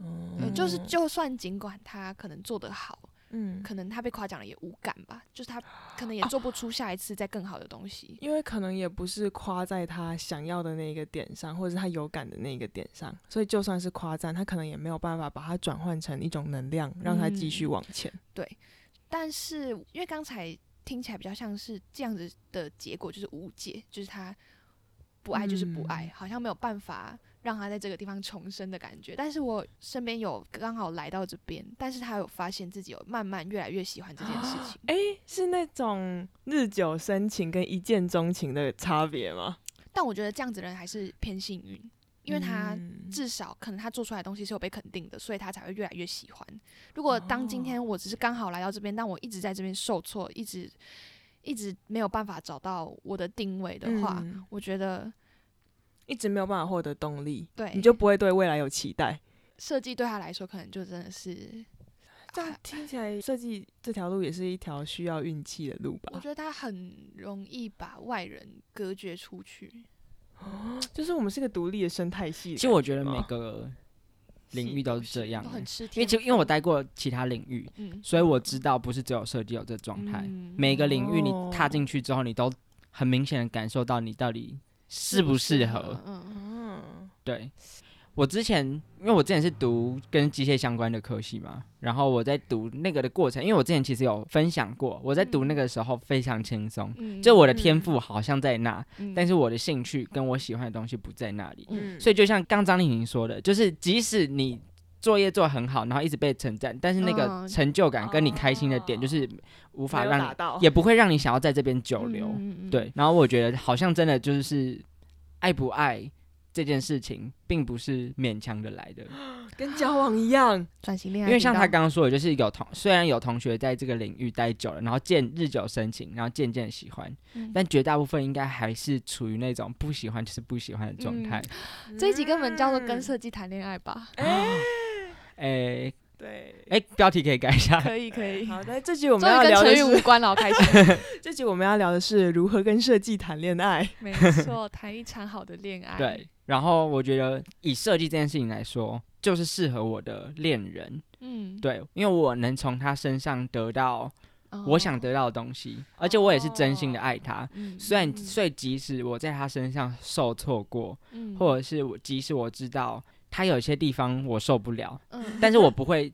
[SPEAKER 1] 呃
[SPEAKER 2] 嗯
[SPEAKER 1] 就是就算尽管他可能做得好。
[SPEAKER 2] 嗯，啊
[SPEAKER 1] 可能他被夸奖了也无感吧，就是他可能也做不出下一次再更好的东西。
[SPEAKER 2] 因为可能也不是夸在他想要的那个点上，或者是他有感的那个点上，所以就算是夸赞，他可能也没有办法把它转换成一种能量，让他继续
[SPEAKER 3] 嗯
[SPEAKER 2] 往前。
[SPEAKER 1] 但是因为刚才听起来比较像是这样子的结果，就是无解，就是他不爱就是不爱，
[SPEAKER 2] 嗯
[SPEAKER 1] 好像没有办法让他在这个地方重生的感觉。但是我身边有刚好来到这边，但是他有发现自己有慢慢越来越喜欢这件事情。
[SPEAKER 2] 哎、是那种日久生情跟一见钟情的差别吗？
[SPEAKER 1] 但我觉得这样子的人还是偏幸运，因为他
[SPEAKER 2] 嗯
[SPEAKER 1] 至少可能他做出来的东西是有被肯定的，所以他才会越来越喜欢。如果当今
[SPEAKER 3] 哦
[SPEAKER 1] 天我只是刚好来到这边，但我一直在这边受挫，一直一直没有办法找到我的定位的话，
[SPEAKER 2] 嗯
[SPEAKER 1] 我觉得
[SPEAKER 2] 一直没有办法获得动力，
[SPEAKER 1] 对
[SPEAKER 2] 你就不会对未来有期待。
[SPEAKER 1] 设计对他来说可能就真的是，啊
[SPEAKER 2] 这样听起来，设计这条路也是一条需要运气的路
[SPEAKER 1] 我
[SPEAKER 2] 吧？
[SPEAKER 1] 觉得他很容易把外人隔绝出去。
[SPEAKER 2] 就是我们是个独立的生态系的感觉吗。
[SPEAKER 3] 其实我觉得每个领域都是这样
[SPEAKER 1] 都
[SPEAKER 3] 欸、
[SPEAKER 1] 很吃天
[SPEAKER 3] 因为其因为我待过其他领域，
[SPEAKER 1] 嗯
[SPEAKER 3] 所以我知道不是只有设计有这状态，
[SPEAKER 1] 嗯
[SPEAKER 3] 每个领域你踏
[SPEAKER 2] 哦
[SPEAKER 3] 进去之后，你都很明显的感受到你到底适不适合。
[SPEAKER 1] 嗯
[SPEAKER 2] 嗯，
[SPEAKER 3] 对，我之前因为我之前是读跟机械相关的科系嘛，然后我在读那个的过程，因为我之前其实有分享过，我在读那个时候非常轻松，
[SPEAKER 1] 嗯
[SPEAKER 3] 就我的
[SPEAKER 2] 嗯
[SPEAKER 3] 天赋好像在那，
[SPEAKER 1] 嗯
[SPEAKER 3] 但是我的兴趣跟我喜欢的东西不在那里。
[SPEAKER 1] 嗯
[SPEAKER 3] 所以就像刚张丽颖说的，就是即使你作业做得很好，然后一直被称赞，但是那个
[SPEAKER 1] 嗯
[SPEAKER 3] 成就感跟你开心的点就是无法
[SPEAKER 2] 没有
[SPEAKER 3] 让
[SPEAKER 2] 打，到
[SPEAKER 3] 也不会让你想要在这边久留。
[SPEAKER 1] 嗯嗯嗯
[SPEAKER 3] 对，然后我觉得好像真的就是爱不爱这件事情，并不是勉强的来的，
[SPEAKER 2] 跟交往一样，
[SPEAKER 1] 转型恋爱频
[SPEAKER 3] 因
[SPEAKER 1] 道，
[SPEAKER 3] 为像他刚刚说的，就是有同虽然有同学在这个领域待久了，然后渐日久生情，然后渐渐喜欢，
[SPEAKER 1] 嗯
[SPEAKER 3] 但绝大部分应该还是处于那种不喜欢就是不喜欢的状
[SPEAKER 1] 嗯
[SPEAKER 3] 态。
[SPEAKER 1] 这一集根本叫做跟
[SPEAKER 2] 嗯
[SPEAKER 1] 设计谈恋爱吧，
[SPEAKER 3] 诶、
[SPEAKER 2] 对。
[SPEAKER 3] 哎、标题可以改一 下。
[SPEAKER 1] 可以可以，
[SPEAKER 2] 好，那这集 我
[SPEAKER 1] 终
[SPEAKER 2] 们要
[SPEAKER 1] 于跟
[SPEAKER 2] 聊
[SPEAKER 1] 成
[SPEAKER 2] 的
[SPEAKER 1] 语无
[SPEAKER 2] 是，
[SPEAKER 1] 关了，我开 心。
[SPEAKER 2] 这集我们要聊的是如何跟设计谈恋爱。
[SPEAKER 1] 没错，谈一场好的恋爱。
[SPEAKER 3] 对，，然后我觉得以设计这件事情来说，就是适合我的恋人，
[SPEAKER 1] 嗯，
[SPEAKER 3] 对，因为我能从他身上得到
[SPEAKER 1] 哦
[SPEAKER 3] 我想，得到的东西，而且我也是真心的爱他。
[SPEAKER 1] 嗯
[SPEAKER 3] 虽然，
[SPEAKER 1] 嗯
[SPEAKER 3] 所以即使我在他身上受挫过，
[SPEAKER 1] 嗯
[SPEAKER 3] 或者是我即使我知道他有些地方我受不了，
[SPEAKER 1] 嗯
[SPEAKER 3] 但是我不会，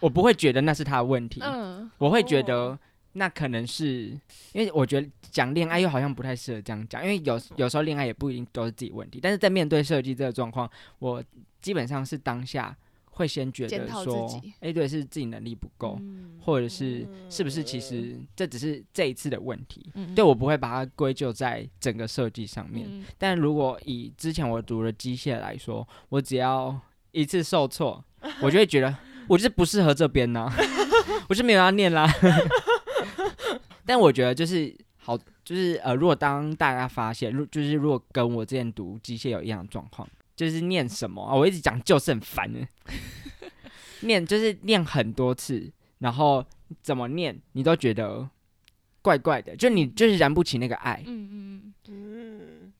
[SPEAKER 3] 我不会觉得那是他的问题，
[SPEAKER 1] 嗯
[SPEAKER 3] 我会觉得
[SPEAKER 2] 哦
[SPEAKER 3] 那可能是因为我觉得讲恋爱又好像不太适合这样讲，因为有有时候恋爱也不一定都是自己问题，但是在面对设计这个状况，我基本上是当下会先觉
[SPEAKER 1] 检
[SPEAKER 3] 得
[SPEAKER 1] 讨自
[SPEAKER 3] 说
[SPEAKER 1] 己，
[SPEAKER 3] 哎、对，是自己能力不够，
[SPEAKER 1] 嗯
[SPEAKER 3] 或者是是不是其实这只是这一次的问题。
[SPEAKER 1] 嗯
[SPEAKER 3] 对，我不会把它归咎在整个设计上面，
[SPEAKER 1] 嗯
[SPEAKER 3] 但如果以之前我读的机械来说，我只要一次受挫，我就会觉得我就是不适合这边呢、 我是没有要念啦。 但我觉得就是好，就是呃，如果当大家发现，如就是如果跟我之前读机械有一样的状况，就是念什么啊、我一直讲就是很烦的， 念就是念很多次，然后怎么念你都觉得怪怪的，就你就是燃不起那个爱。
[SPEAKER 1] 嗯嗯
[SPEAKER 2] 嗯，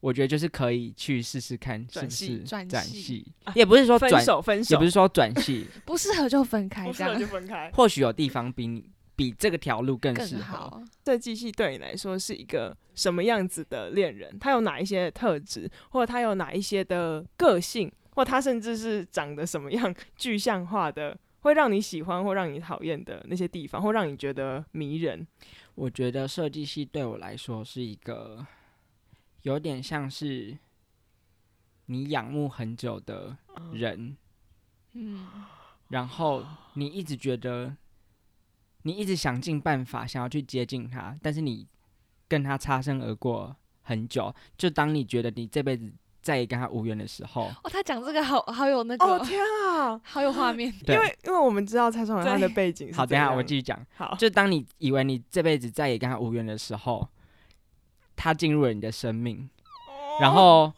[SPEAKER 3] 我觉得就是可以去试试看，是
[SPEAKER 2] 转
[SPEAKER 3] 不
[SPEAKER 2] 系
[SPEAKER 3] 是
[SPEAKER 1] 转系
[SPEAKER 3] 系
[SPEAKER 2] 啊，
[SPEAKER 3] 也不是说转
[SPEAKER 2] 分，手分手，
[SPEAKER 3] 也不是说转系，
[SPEAKER 1] 嗯，不适合就分开
[SPEAKER 2] 不
[SPEAKER 1] 这
[SPEAKER 2] 适合
[SPEAKER 1] 样
[SPEAKER 2] 就分开。
[SPEAKER 3] 或许有地方比你比这个条路更适
[SPEAKER 1] 更
[SPEAKER 3] 合。
[SPEAKER 1] 好。
[SPEAKER 2] 设计系对你来说是一个什么样子的恋人？他有哪一些特质，或者他有哪一些的个性，或他甚至是长得什么样具象化的，会让你喜欢或让你讨厌的那些地方，或让你觉得迷人。
[SPEAKER 3] 我觉得设计系对我来说是一个有点像是你仰慕很久的人，
[SPEAKER 1] 嗯，
[SPEAKER 3] 然后
[SPEAKER 2] 哦
[SPEAKER 3] 你一直觉得你一直想尽办法想要去接近他，但是你跟他擦身而过很久，就当你觉得你这辈子再也跟他无缘的时候。
[SPEAKER 1] 哦，他讲这个好好有那
[SPEAKER 2] 哦
[SPEAKER 1] 个，
[SPEAKER 2] 天啊！
[SPEAKER 1] 好有画 面。
[SPEAKER 3] 对
[SPEAKER 2] 因为因为我们知道蔡崇文他的
[SPEAKER 1] 对
[SPEAKER 2] 背景是
[SPEAKER 3] 好，
[SPEAKER 2] 这
[SPEAKER 3] 等一
[SPEAKER 2] 样
[SPEAKER 3] 下我继续讲。
[SPEAKER 2] 好，
[SPEAKER 3] 就当你以为你这辈子再也跟他无缘的时候，他进入了你的生命，
[SPEAKER 1] 哦
[SPEAKER 2] 哦
[SPEAKER 3] 然后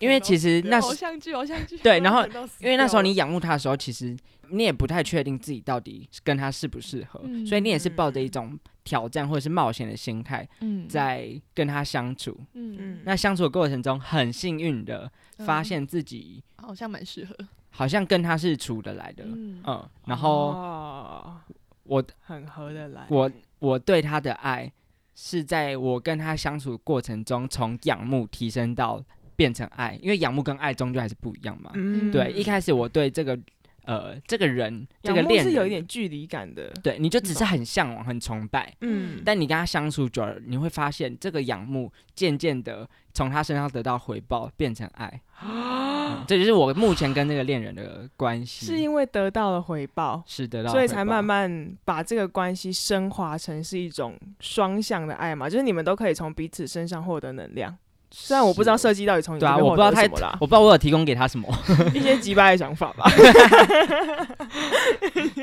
[SPEAKER 3] 因为其
[SPEAKER 2] 实
[SPEAKER 3] 实那
[SPEAKER 1] 偶
[SPEAKER 3] 时
[SPEAKER 1] 像剧，偶像剧。
[SPEAKER 3] 对，然后因为那时候你仰慕他的时候，其实你也不太确定自己到底跟他适不适合，
[SPEAKER 1] 嗯
[SPEAKER 3] 所以你也是抱着一种挑战或者是冒险的心态
[SPEAKER 1] 嗯，
[SPEAKER 3] 在跟他相处。
[SPEAKER 1] 嗯，
[SPEAKER 3] 那相处的过程中，很幸运的发
[SPEAKER 1] 嗯
[SPEAKER 3] 现自己
[SPEAKER 1] 好像蛮适合。
[SPEAKER 3] 好像跟他是处得来的，
[SPEAKER 1] 嗯
[SPEAKER 3] 嗯，然后
[SPEAKER 2] 哦
[SPEAKER 3] 我
[SPEAKER 2] 很合得来，
[SPEAKER 3] 我我对他的爱是在我跟他相处过程中，从仰慕提升到变成爱，因为仰慕跟爱终究还是不一样嘛。
[SPEAKER 2] 嗯
[SPEAKER 3] 对，一开始我对这个呃这个人这
[SPEAKER 2] 仰
[SPEAKER 3] 个
[SPEAKER 2] 慕
[SPEAKER 3] 恋
[SPEAKER 2] 是
[SPEAKER 3] 人
[SPEAKER 2] 有一点距离感的，
[SPEAKER 3] 对，你就只是很向往、很崇拜，
[SPEAKER 2] 嗯，
[SPEAKER 3] 但你跟他相处久了，你会发现这个仰慕渐渐的从他身上得到回报，变成爱。 嗯这就是我目前跟这个恋人的关系，
[SPEAKER 2] 是因为得到了回报，
[SPEAKER 3] 是得到，
[SPEAKER 2] 所以才慢。慢把这个关系升华成是一种双向的爱嘛，就是你们都可以从彼此身上获得能量。虽然我不知道
[SPEAKER 3] 是
[SPEAKER 2] 设计到底从你
[SPEAKER 3] 对啊，
[SPEAKER 2] 这边
[SPEAKER 3] 我不知道
[SPEAKER 2] 获得
[SPEAKER 3] 他
[SPEAKER 2] 什么啦，
[SPEAKER 3] 我不知道我有提供给他什 么。
[SPEAKER 2] 一些击败的想法 吧。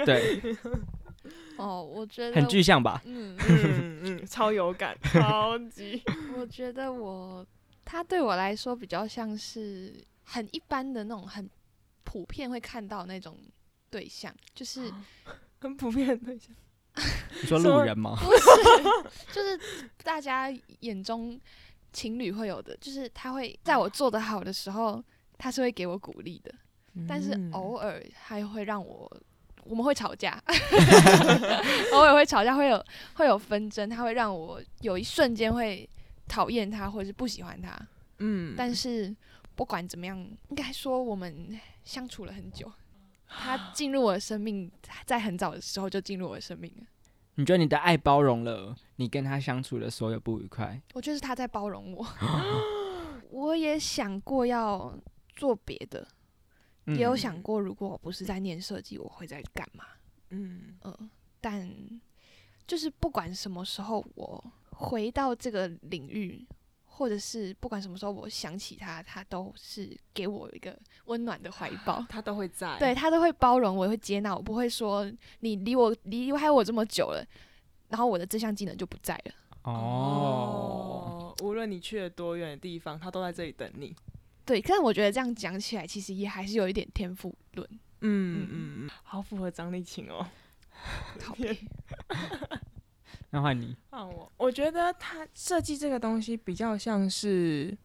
[SPEAKER 3] 对，
[SPEAKER 1] 哦，我觉得
[SPEAKER 3] 很具象吧？
[SPEAKER 1] 嗯，
[SPEAKER 2] 嗯嗯，超有感， 超级。
[SPEAKER 1] 我觉得我他对我来说比较像是很一般的那种很普遍会看到那种对象，就是
[SPEAKER 2] 很普遍的对象，
[SPEAKER 3] 你说
[SPEAKER 2] 什么
[SPEAKER 3] 路人吗？
[SPEAKER 1] 不是就是大家眼中情侣会有的，就是他会在我做的好的时候。他是会给我鼓励的，但是
[SPEAKER 2] 嗯
[SPEAKER 1] 偶尔还会让我，我们会吵架， 偶尔会吵架，会有会有纷争，他会让我有一瞬间会讨厌他或者是不喜欢他。
[SPEAKER 2] 嗯
[SPEAKER 1] 但是不管怎么样，应该说我们相处了很久。他进入我的生命，在很早的时候就进入我的生命了。
[SPEAKER 3] 你觉得你的爱包容了你跟他相处的所有不愉快？
[SPEAKER 1] 我觉得是他在包容我。我也想过要做别的，
[SPEAKER 3] 嗯
[SPEAKER 1] 也有想过，如果我不是在念设计，我会在干嘛？
[SPEAKER 2] 嗯
[SPEAKER 1] 嗯，但就是不管什么时候我回到这个领域，或者是不管什么时候我想起他，他都是给我一个温暖的怀抱。
[SPEAKER 2] 他都会在，
[SPEAKER 1] 对他都会包容我，也会接纳我，不会说你离我离开我这么久了，然后我的这项技能就不在了。
[SPEAKER 3] 哦，，
[SPEAKER 2] 无论你去了多远的地方，他都在这里等你。
[SPEAKER 1] 对，但我觉得这样讲起来，其实也还是有一点天赋论。
[SPEAKER 2] 嗯嗯嗯，好符合张丽琴哦。
[SPEAKER 1] 靠
[SPEAKER 2] 天
[SPEAKER 1] 背
[SPEAKER 3] 那换你，
[SPEAKER 2] 让我我觉得他设计这个东西比较像是，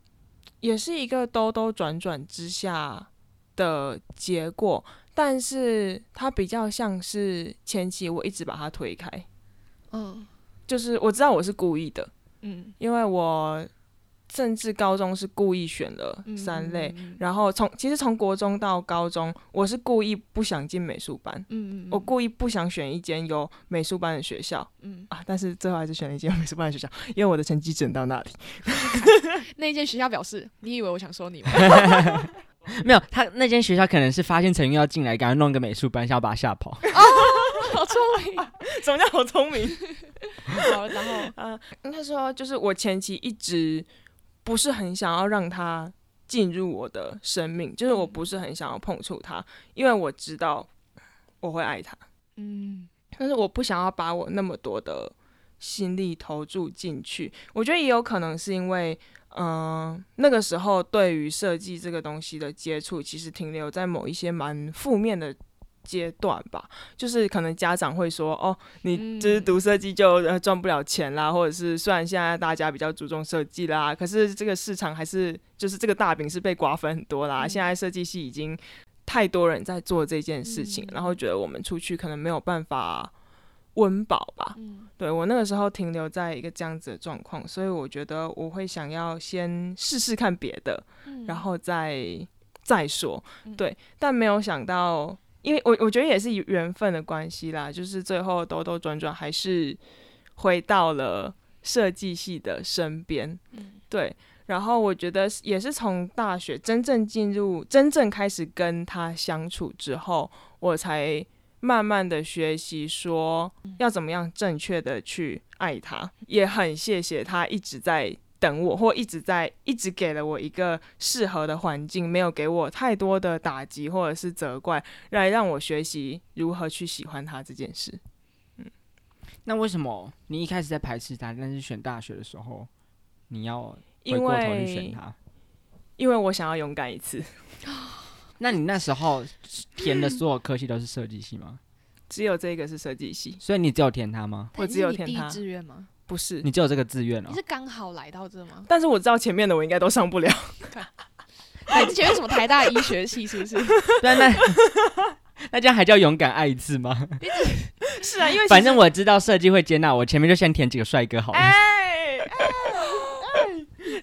[SPEAKER 2] 也是一个兜兜转转之下的结果，但是它比较像是前期我一直把它推开，
[SPEAKER 1] 嗯
[SPEAKER 2] 就是我知道我是故意的，
[SPEAKER 1] 嗯，
[SPEAKER 2] 因为我甚至高中是故意选了
[SPEAKER 1] 嗯
[SPEAKER 2] 三类，，
[SPEAKER 1] 嗯
[SPEAKER 2] 然后从其实从国中到高中，我是故意不想进美术班，
[SPEAKER 1] 嗯嗯，
[SPEAKER 2] 我故意不想选一间有美术班的学校
[SPEAKER 1] 嗯，
[SPEAKER 2] 啊，但是最后还是选了一间有美术班的学校，因为我的成绩整到那里。
[SPEAKER 1] 那间学校表示，你以为我想说你吗？
[SPEAKER 3] 没有他那间学校可能是发现陈玉要进来，赶快弄个美术班，想要把他吓跑。
[SPEAKER 1] 好聪 明。
[SPEAKER 2] 什么叫好聪明？
[SPEAKER 1] 好，然后
[SPEAKER 2] 啊，应该说就是我前期一直不是很想要让他进入我的生命，就是我不是很想要碰触他，因为我知道我会爱他，
[SPEAKER 1] 嗯
[SPEAKER 2] 但是我不想要把我那么多的心力投注进去。我觉得也有可能是因为，嗯、那个时候对于设计这个东西的接触，其实停留在某一些蛮负面的。阶段吧，就是可能家长会说，哦，你就是
[SPEAKER 1] 嗯
[SPEAKER 2] 读设计就呃赚不了钱啦，或者是虽然现在大家比较注重设计啦，可是这个市场还是就是这个大饼是被瓜分很多啦，
[SPEAKER 1] 嗯
[SPEAKER 2] 现在设计系已经太多人在做这件事情，
[SPEAKER 1] 嗯
[SPEAKER 2] 然后觉得我们出去可能没有办法温饱吧。
[SPEAKER 1] 嗯
[SPEAKER 2] 对我那个时候停留在一个这样子的状况，所以我觉得我会想要先试试看别的，
[SPEAKER 1] 嗯，
[SPEAKER 2] 然后再再说
[SPEAKER 1] 嗯。
[SPEAKER 2] 对，但没有想到，因为我我觉得也是缘分的关系啦，就是最后兜兜转转还是回到了设计系的身边。
[SPEAKER 1] 嗯
[SPEAKER 2] 对，然后我觉得也是从大学真正进入、真正开始跟他相处之后，我才慢慢的学习说
[SPEAKER 1] 嗯
[SPEAKER 2] 要怎么样正确的去爱他，也很谢谢他一直在。等我，或一直在一直给了我一个适合的环境，没有给我太多的打击或者是责怪，来让我学习如何去喜欢他这件事。
[SPEAKER 3] 那为什么你一开始在排斥他，但是选大学的时候你要回
[SPEAKER 2] 因
[SPEAKER 3] 过头去选
[SPEAKER 2] 为
[SPEAKER 3] 他？
[SPEAKER 2] 因为我想要勇敢一次，
[SPEAKER 3] 那你那时候填的所有科系都是设计系吗？
[SPEAKER 2] 只有这个是设计系，
[SPEAKER 3] 所以你只有填它吗？
[SPEAKER 2] 我只有填
[SPEAKER 1] 你是你
[SPEAKER 2] 他
[SPEAKER 1] 第一志愿吗？
[SPEAKER 2] 不是
[SPEAKER 3] 你只有这个志愿哦
[SPEAKER 1] 你。是刚好来到这 吗？
[SPEAKER 2] 但是我知道前面的我应该都上不了。
[SPEAKER 1] 你之前是什么台大医学系是不 是？
[SPEAKER 3] 对，那 那这样还叫勇敢爱一次 吗？
[SPEAKER 2] 是啊，因为
[SPEAKER 3] 反正我知道设计会接纳我，前面就先填几个帅哥好了。
[SPEAKER 2] 哎、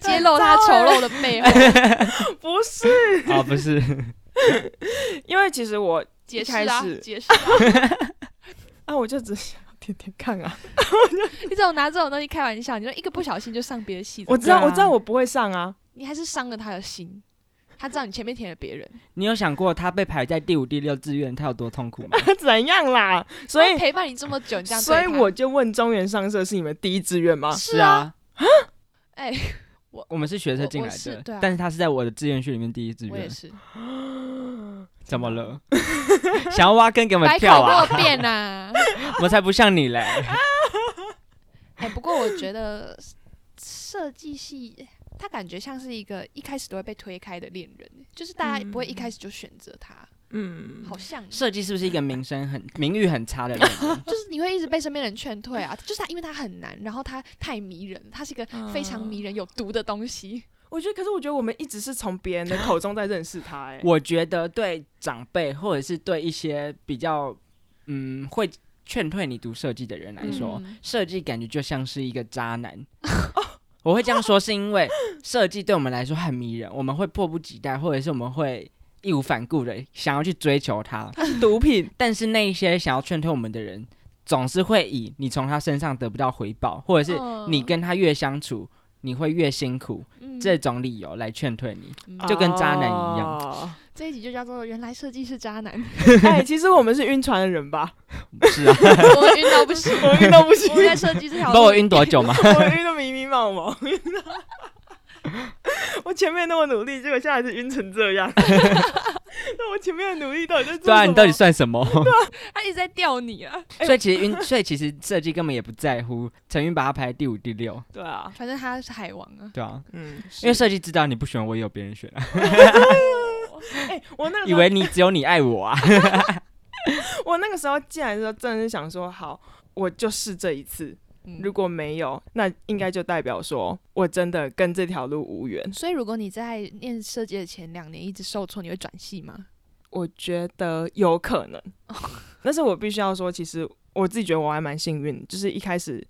[SPEAKER 1] 揭露他丑陋的背后，
[SPEAKER 2] 不是，
[SPEAKER 3] 哦，不是，
[SPEAKER 2] 因为其实我
[SPEAKER 1] 解释
[SPEAKER 2] 一
[SPEAKER 1] 啊
[SPEAKER 2] 开始，
[SPEAKER 1] 解释啊。
[SPEAKER 2] 啊，我就只想要 天天看啊。
[SPEAKER 1] 你这种拿这种东西开玩笑，你说一个不小心就上别的戏，
[SPEAKER 2] 我知道，
[SPEAKER 3] 对啊
[SPEAKER 2] 我知道我不会上啊。
[SPEAKER 1] 你还是伤了他的心。他知道你前面舔了别人，
[SPEAKER 3] 你有想过他被排在第五、第六志愿，他有多痛苦吗？
[SPEAKER 2] 怎样啦？所
[SPEAKER 1] 他
[SPEAKER 2] 以，
[SPEAKER 1] 陪伴你这么久，你这样对
[SPEAKER 2] 所
[SPEAKER 1] 他
[SPEAKER 2] 以我就问中原上社是你们第一志愿 吗？
[SPEAKER 1] 是啊，，哎、
[SPEAKER 3] 我们是学车
[SPEAKER 1] 我
[SPEAKER 3] 进
[SPEAKER 1] 我
[SPEAKER 3] 来
[SPEAKER 1] 是
[SPEAKER 3] 的，
[SPEAKER 1] 对啊
[SPEAKER 3] 但是他是在我的志愿序里面第一志
[SPEAKER 1] 我也
[SPEAKER 3] 愿，
[SPEAKER 1] 是，
[SPEAKER 3] 怎么了？ 想要挖坑给我们
[SPEAKER 1] 百口
[SPEAKER 3] 跳啊
[SPEAKER 1] 莫！辩呐、啊。
[SPEAKER 3] 我才不像你 嘞，
[SPEAKER 1] 哎、不过我觉得设计系，他感觉像是一个一开始都会被推开的恋人，就是大家不会一开始就选择他，
[SPEAKER 2] 嗯，
[SPEAKER 1] 好像
[SPEAKER 3] 设计是不是一个名声很、名誉很差 的人？欸
[SPEAKER 1] 就是你会一直被身边人劝
[SPEAKER 2] 嗯
[SPEAKER 1] 退啊，就是他因为他很难，然后他太迷人，他是一个非常迷人有毒的东西。
[SPEAKER 2] 我觉得，可是我觉得我们一直是从别人的口中在认识他、哎，
[SPEAKER 3] 我觉得对长辈或者是对一些比较嗯会劝退你读设计的人来说，
[SPEAKER 1] 嗯
[SPEAKER 3] 设计感觉就像是一个渣男。我会这样说，是因为设计对我们来说很迷人，我们会迫不及待，或者是我们会义无反顾的想要去追求它。
[SPEAKER 2] 毒品，
[SPEAKER 3] 但是那一些想要劝退我们的人，总是会以你从他身上得不到回报，或
[SPEAKER 2] 哦
[SPEAKER 3] 者是你跟他越相处，你会越辛苦
[SPEAKER 1] 嗯
[SPEAKER 3] 这种理由来劝退你。
[SPEAKER 1] 嗯
[SPEAKER 2] 啊
[SPEAKER 3] 就跟渣男一样
[SPEAKER 2] 样。
[SPEAKER 1] 这一集就叫做“原来设计是渣 男
[SPEAKER 2] 哎、其实我们是晕船的人吧？
[SPEAKER 3] 是啊，”，
[SPEAKER 1] 我晕到不行，
[SPEAKER 2] 我晕到不行
[SPEAKER 1] 我，们在设计这条路，
[SPEAKER 3] 你把我晕多 久吗？
[SPEAKER 2] 我晕的迷迷茫茫。我晕到 我前面那么努力，结果现在还是晕成这样。 那我前面的努力到底在做什
[SPEAKER 3] 对
[SPEAKER 2] 么？
[SPEAKER 3] 啊，你到底算什 么？
[SPEAKER 2] 啊
[SPEAKER 1] 他一直在吊你啊。
[SPEAKER 3] 所以其实晕，所以其实设计根本也不在乎，陈云把他排第五、第六，
[SPEAKER 2] 对啊，
[SPEAKER 1] 反正他是海王啊，
[SPEAKER 3] 对啊，
[SPEAKER 2] 嗯，
[SPEAKER 3] 因为设计知道你不喜欢我，也有别人选 啊，
[SPEAKER 2] 哎、我那个
[SPEAKER 3] 以
[SPEAKER 2] 时候
[SPEAKER 3] 为你只有你爱我啊，
[SPEAKER 2] 我那个时候进来的时候，真的是想说，好，我就试这一次。
[SPEAKER 1] 嗯
[SPEAKER 2] 如果没有，那应该就代表说我真的跟这条路无缘。
[SPEAKER 1] 所以如果你在念设计的前两年一直受挫，你会转系吗？
[SPEAKER 2] 我觉得有 可能，但是我必须要说，其实我自己觉得我还蛮幸运，就是一开始。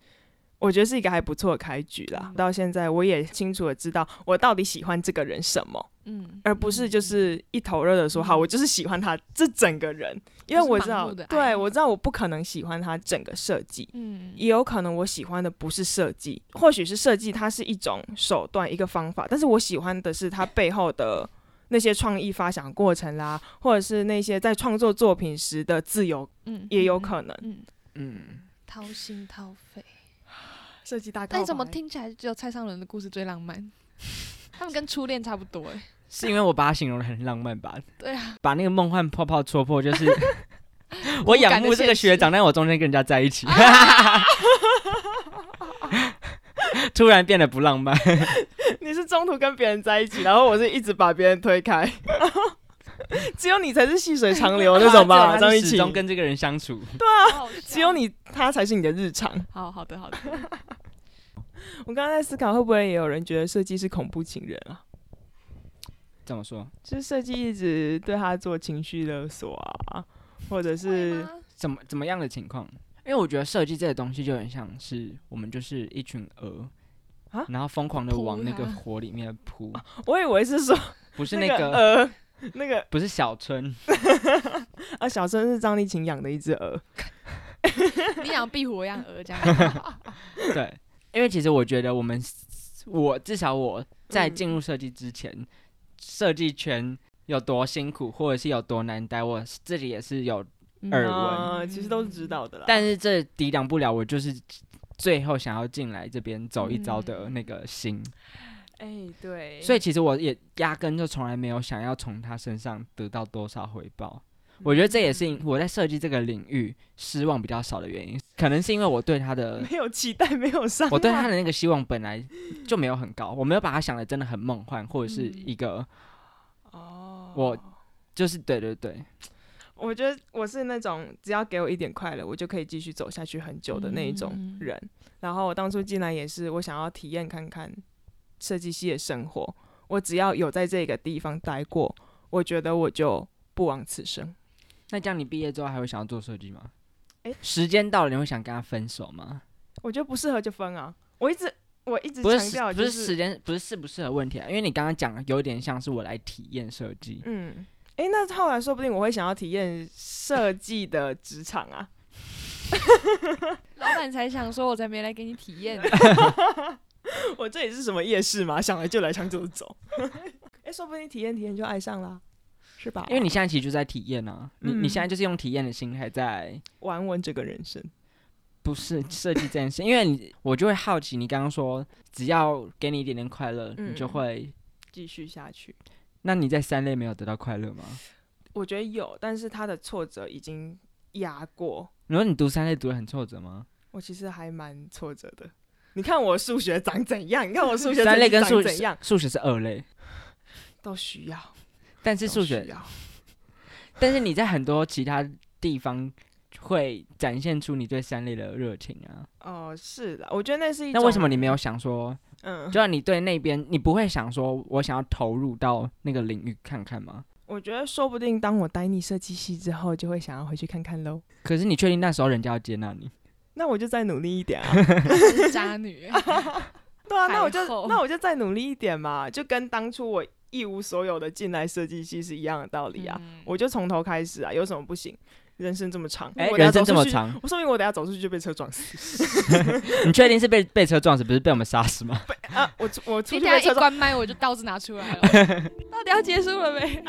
[SPEAKER 2] 我觉得是一个还不错的开局啦。
[SPEAKER 1] 嗯
[SPEAKER 2] 到现在，我也清楚的知道我到底喜欢这个人什么，
[SPEAKER 1] 嗯，
[SPEAKER 2] 而不是就是一头热的说
[SPEAKER 1] 嗯
[SPEAKER 2] 好，我就是喜欢他这整个人，因为
[SPEAKER 1] 不是
[SPEAKER 2] 我知
[SPEAKER 1] 盲
[SPEAKER 2] 道
[SPEAKER 1] 目地，爱
[SPEAKER 2] 对我知道我不可能喜欢他整个设计，
[SPEAKER 1] 嗯，
[SPEAKER 2] 也有可能我喜欢的不是设计，或许是设计它是一种手段、一个方法，但是我喜欢的是它背后的那些创意发想过程啦，或者是那些在创作作品时的自由，
[SPEAKER 1] 嗯
[SPEAKER 2] 也有可能。
[SPEAKER 1] 嗯，
[SPEAKER 3] 嗯，
[SPEAKER 1] 掏心掏肺。
[SPEAKER 2] 设计大概
[SPEAKER 1] 但你怎么？听起来只有蔡尚伦的故事最浪漫？ 他们跟初恋差不多哎、
[SPEAKER 3] 是因为我把它形容的很浪漫吧，
[SPEAKER 1] 对啊，
[SPEAKER 3] 把那个梦幻泡泡戳破，就是 我仰慕这个学长，但我中间跟人家在一起， 突然变得不浪 漫，
[SPEAKER 2] 你是中途跟别人在一起，然后我是一直把别人推开， 只有你才是细水长流那种吧？
[SPEAKER 3] 只有他
[SPEAKER 2] 张
[SPEAKER 3] 是
[SPEAKER 2] 一
[SPEAKER 3] 始
[SPEAKER 2] 琪，
[SPEAKER 3] 终跟这个人相处。
[SPEAKER 1] 好好笑
[SPEAKER 2] 只有。你他才是你的日常。
[SPEAKER 1] 好好的好的，
[SPEAKER 2] 我刚刚在思考，会不会也有人觉得设计是恐怖情人啊？
[SPEAKER 3] 怎么说？
[SPEAKER 2] 就是设计一直对他做情绪勒索啊，或者
[SPEAKER 1] 会
[SPEAKER 2] 是
[SPEAKER 1] 吗
[SPEAKER 3] 怎么怎么样的情况？因为我觉得设计这个东西就很像是我们就是一群鹅
[SPEAKER 2] 啊，
[SPEAKER 3] 然后疯狂的
[SPEAKER 1] 扑
[SPEAKER 3] 往那个
[SPEAKER 1] 它
[SPEAKER 3] 火里面 扑，
[SPEAKER 2] 我以为是说
[SPEAKER 3] 不是
[SPEAKER 2] 那
[SPEAKER 3] 那
[SPEAKER 2] 个
[SPEAKER 3] 个，
[SPEAKER 2] 鹅，那个
[SPEAKER 3] 不是小春，
[SPEAKER 2] 啊，小生是张丽琴养的一只鹅，
[SPEAKER 1] 你养壁虎，我养鹅，这 样
[SPEAKER 3] 对，因为其实我觉得我们，我至少我在进入设计之前，设计圈有多辛苦，或者是有多难待，我自己也是有，
[SPEAKER 1] 嗯
[SPEAKER 3] 耳闻
[SPEAKER 2] 啊，其实都是知道的啦。
[SPEAKER 3] 但是这抵挡不了我就是最后想要进来这边走一遭的那个心，
[SPEAKER 2] 哎、对，
[SPEAKER 3] 所
[SPEAKER 2] 以
[SPEAKER 3] 以其实我也压根就从来没有想要从他身上得到多少回报。我觉得这也是
[SPEAKER 2] 嗯
[SPEAKER 3] 我在设计这个领域失望比较少的原因，可能是因为我对他的
[SPEAKER 2] 没有期待，没有 伤害。
[SPEAKER 3] 我对他的那个希望本来就没有很高，我没有把他想的真的很梦幻，或者是
[SPEAKER 1] 嗯
[SPEAKER 3] 一个
[SPEAKER 2] 哦，
[SPEAKER 3] 我就是对对对，
[SPEAKER 2] 我觉得我是那种只要给我一点快乐，我就可以继续走下去很久的那一种
[SPEAKER 1] 嗯
[SPEAKER 2] 人。然后我当初进来也是，我想要体验看看设计系的生活。我只要有在这个地方待过，我觉得我就不枉此生。
[SPEAKER 3] 那这样你毕业之后还会想要做设计吗？
[SPEAKER 2] 诶
[SPEAKER 3] 时间到了，你会想跟他分手吗？
[SPEAKER 2] 我觉得不适合就分啊。我一直我一直
[SPEAKER 3] 不是
[SPEAKER 2] 强
[SPEAKER 3] 时
[SPEAKER 2] 调、
[SPEAKER 3] 不
[SPEAKER 2] 就是
[SPEAKER 3] 时间不是适不适合问题啊，因为你刚刚讲的有点像是我来体验设计，
[SPEAKER 2] 嗯，诶，那后来说不定我会想要体验设计的职场啊。
[SPEAKER 1] 老板才想说，我才没来给你体 验呢。
[SPEAKER 2] 我这里是什么夜市吗？想来就来，想走就走。 诶，说不定体验体验就爱上啦，是吧？
[SPEAKER 3] 因为你现在其实就在体验啊，你
[SPEAKER 2] 哦嗯
[SPEAKER 3] 你现在就是用体验的心态在。
[SPEAKER 2] 玩玩这个人生，
[SPEAKER 3] 不是设计这件事，因为你我就会好奇，你刚刚说只要给你一点点快乐，你就
[SPEAKER 2] 嗯
[SPEAKER 3] 会
[SPEAKER 2] 继续下去。
[SPEAKER 3] 那你在三类没有得到快乐吗？
[SPEAKER 2] 我觉得有，但是他的挫折已经压过
[SPEAKER 3] 你说你读三类读的很挫折吗？
[SPEAKER 2] 我，其实还蛮挫折的。你看我数学长怎样？你看我数学
[SPEAKER 3] 三类跟
[SPEAKER 2] 成绩
[SPEAKER 3] 数
[SPEAKER 2] 长怎样？
[SPEAKER 3] 数学是二类，
[SPEAKER 2] 都需要，
[SPEAKER 3] 但是
[SPEAKER 2] 都啊
[SPEAKER 3] 数
[SPEAKER 2] 需
[SPEAKER 3] 学，
[SPEAKER 2] 要
[SPEAKER 3] 但是你在很多其他地方会展现出你对三类的热情啊。
[SPEAKER 2] 哦，是的，我觉得那是一种。啊
[SPEAKER 3] 那为什么你没有想说，
[SPEAKER 2] 嗯，
[SPEAKER 3] 就算你对那边，你不会想说我想要投入到那个领域看看吗？
[SPEAKER 2] 我觉得说不定当我待腻设计系之后，就会想要回去看看喽。
[SPEAKER 3] 可是你确定那时候人家要接纳你？
[SPEAKER 2] 那我就再努力一点啊！
[SPEAKER 1] 是渣女，
[SPEAKER 2] 哎对啊，那我
[SPEAKER 1] 海后
[SPEAKER 2] 就那我就再努力一点嘛，就跟当初我一无所有的进来设计系是一样的道理啊。
[SPEAKER 1] 嗯
[SPEAKER 2] 我就从头开始啊，有什么不行？人生这么长，
[SPEAKER 3] 哎、
[SPEAKER 2] 我等下
[SPEAKER 3] 人生
[SPEAKER 2] 走
[SPEAKER 3] 这么
[SPEAKER 2] 出去，
[SPEAKER 3] 长，
[SPEAKER 2] 我说明我等下走出去就被车撞死
[SPEAKER 3] 你确定是被被车撞死，不是被我们杀死吗？
[SPEAKER 2] 啊！我出我出
[SPEAKER 1] 你
[SPEAKER 2] 去
[SPEAKER 1] 等
[SPEAKER 2] 被
[SPEAKER 1] 一下
[SPEAKER 2] 车
[SPEAKER 1] 一
[SPEAKER 2] 撞。
[SPEAKER 1] 关麦，我就刀子拿出 来了。到底要结束了没？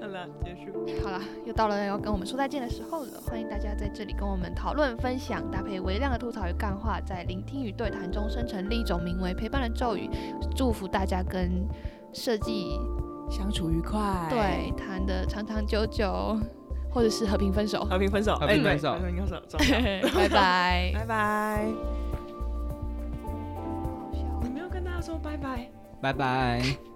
[SPEAKER 2] 好了，结束。
[SPEAKER 1] 好啦，又到了要跟我们说再见的时候了。欢迎大家在这里跟我们讨论、分享，搭配微量的吐槽与干话，在聆听与对谈中生成另一种名为陪伴的咒语。祝福大家跟设计
[SPEAKER 2] 相处愉快。
[SPEAKER 1] 对谈的长长久久，或者是和平分手。
[SPEAKER 2] 和平分手，
[SPEAKER 3] 和
[SPEAKER 2] 哎
[SPEAKER 3] 平
[SPEAKER 2] 对
[SPEAKER 3] 分手
[SPEAKER 2] 和平分手，走
[SPEAKER 1] 拜 拜。
[SPEAKER 2] 哎拜拜。
[SPEAKER 1] 好笑哦
[SPEAKER 2] 你没有跟大家说拜拜。
[SPEAKER 3] 拜拜。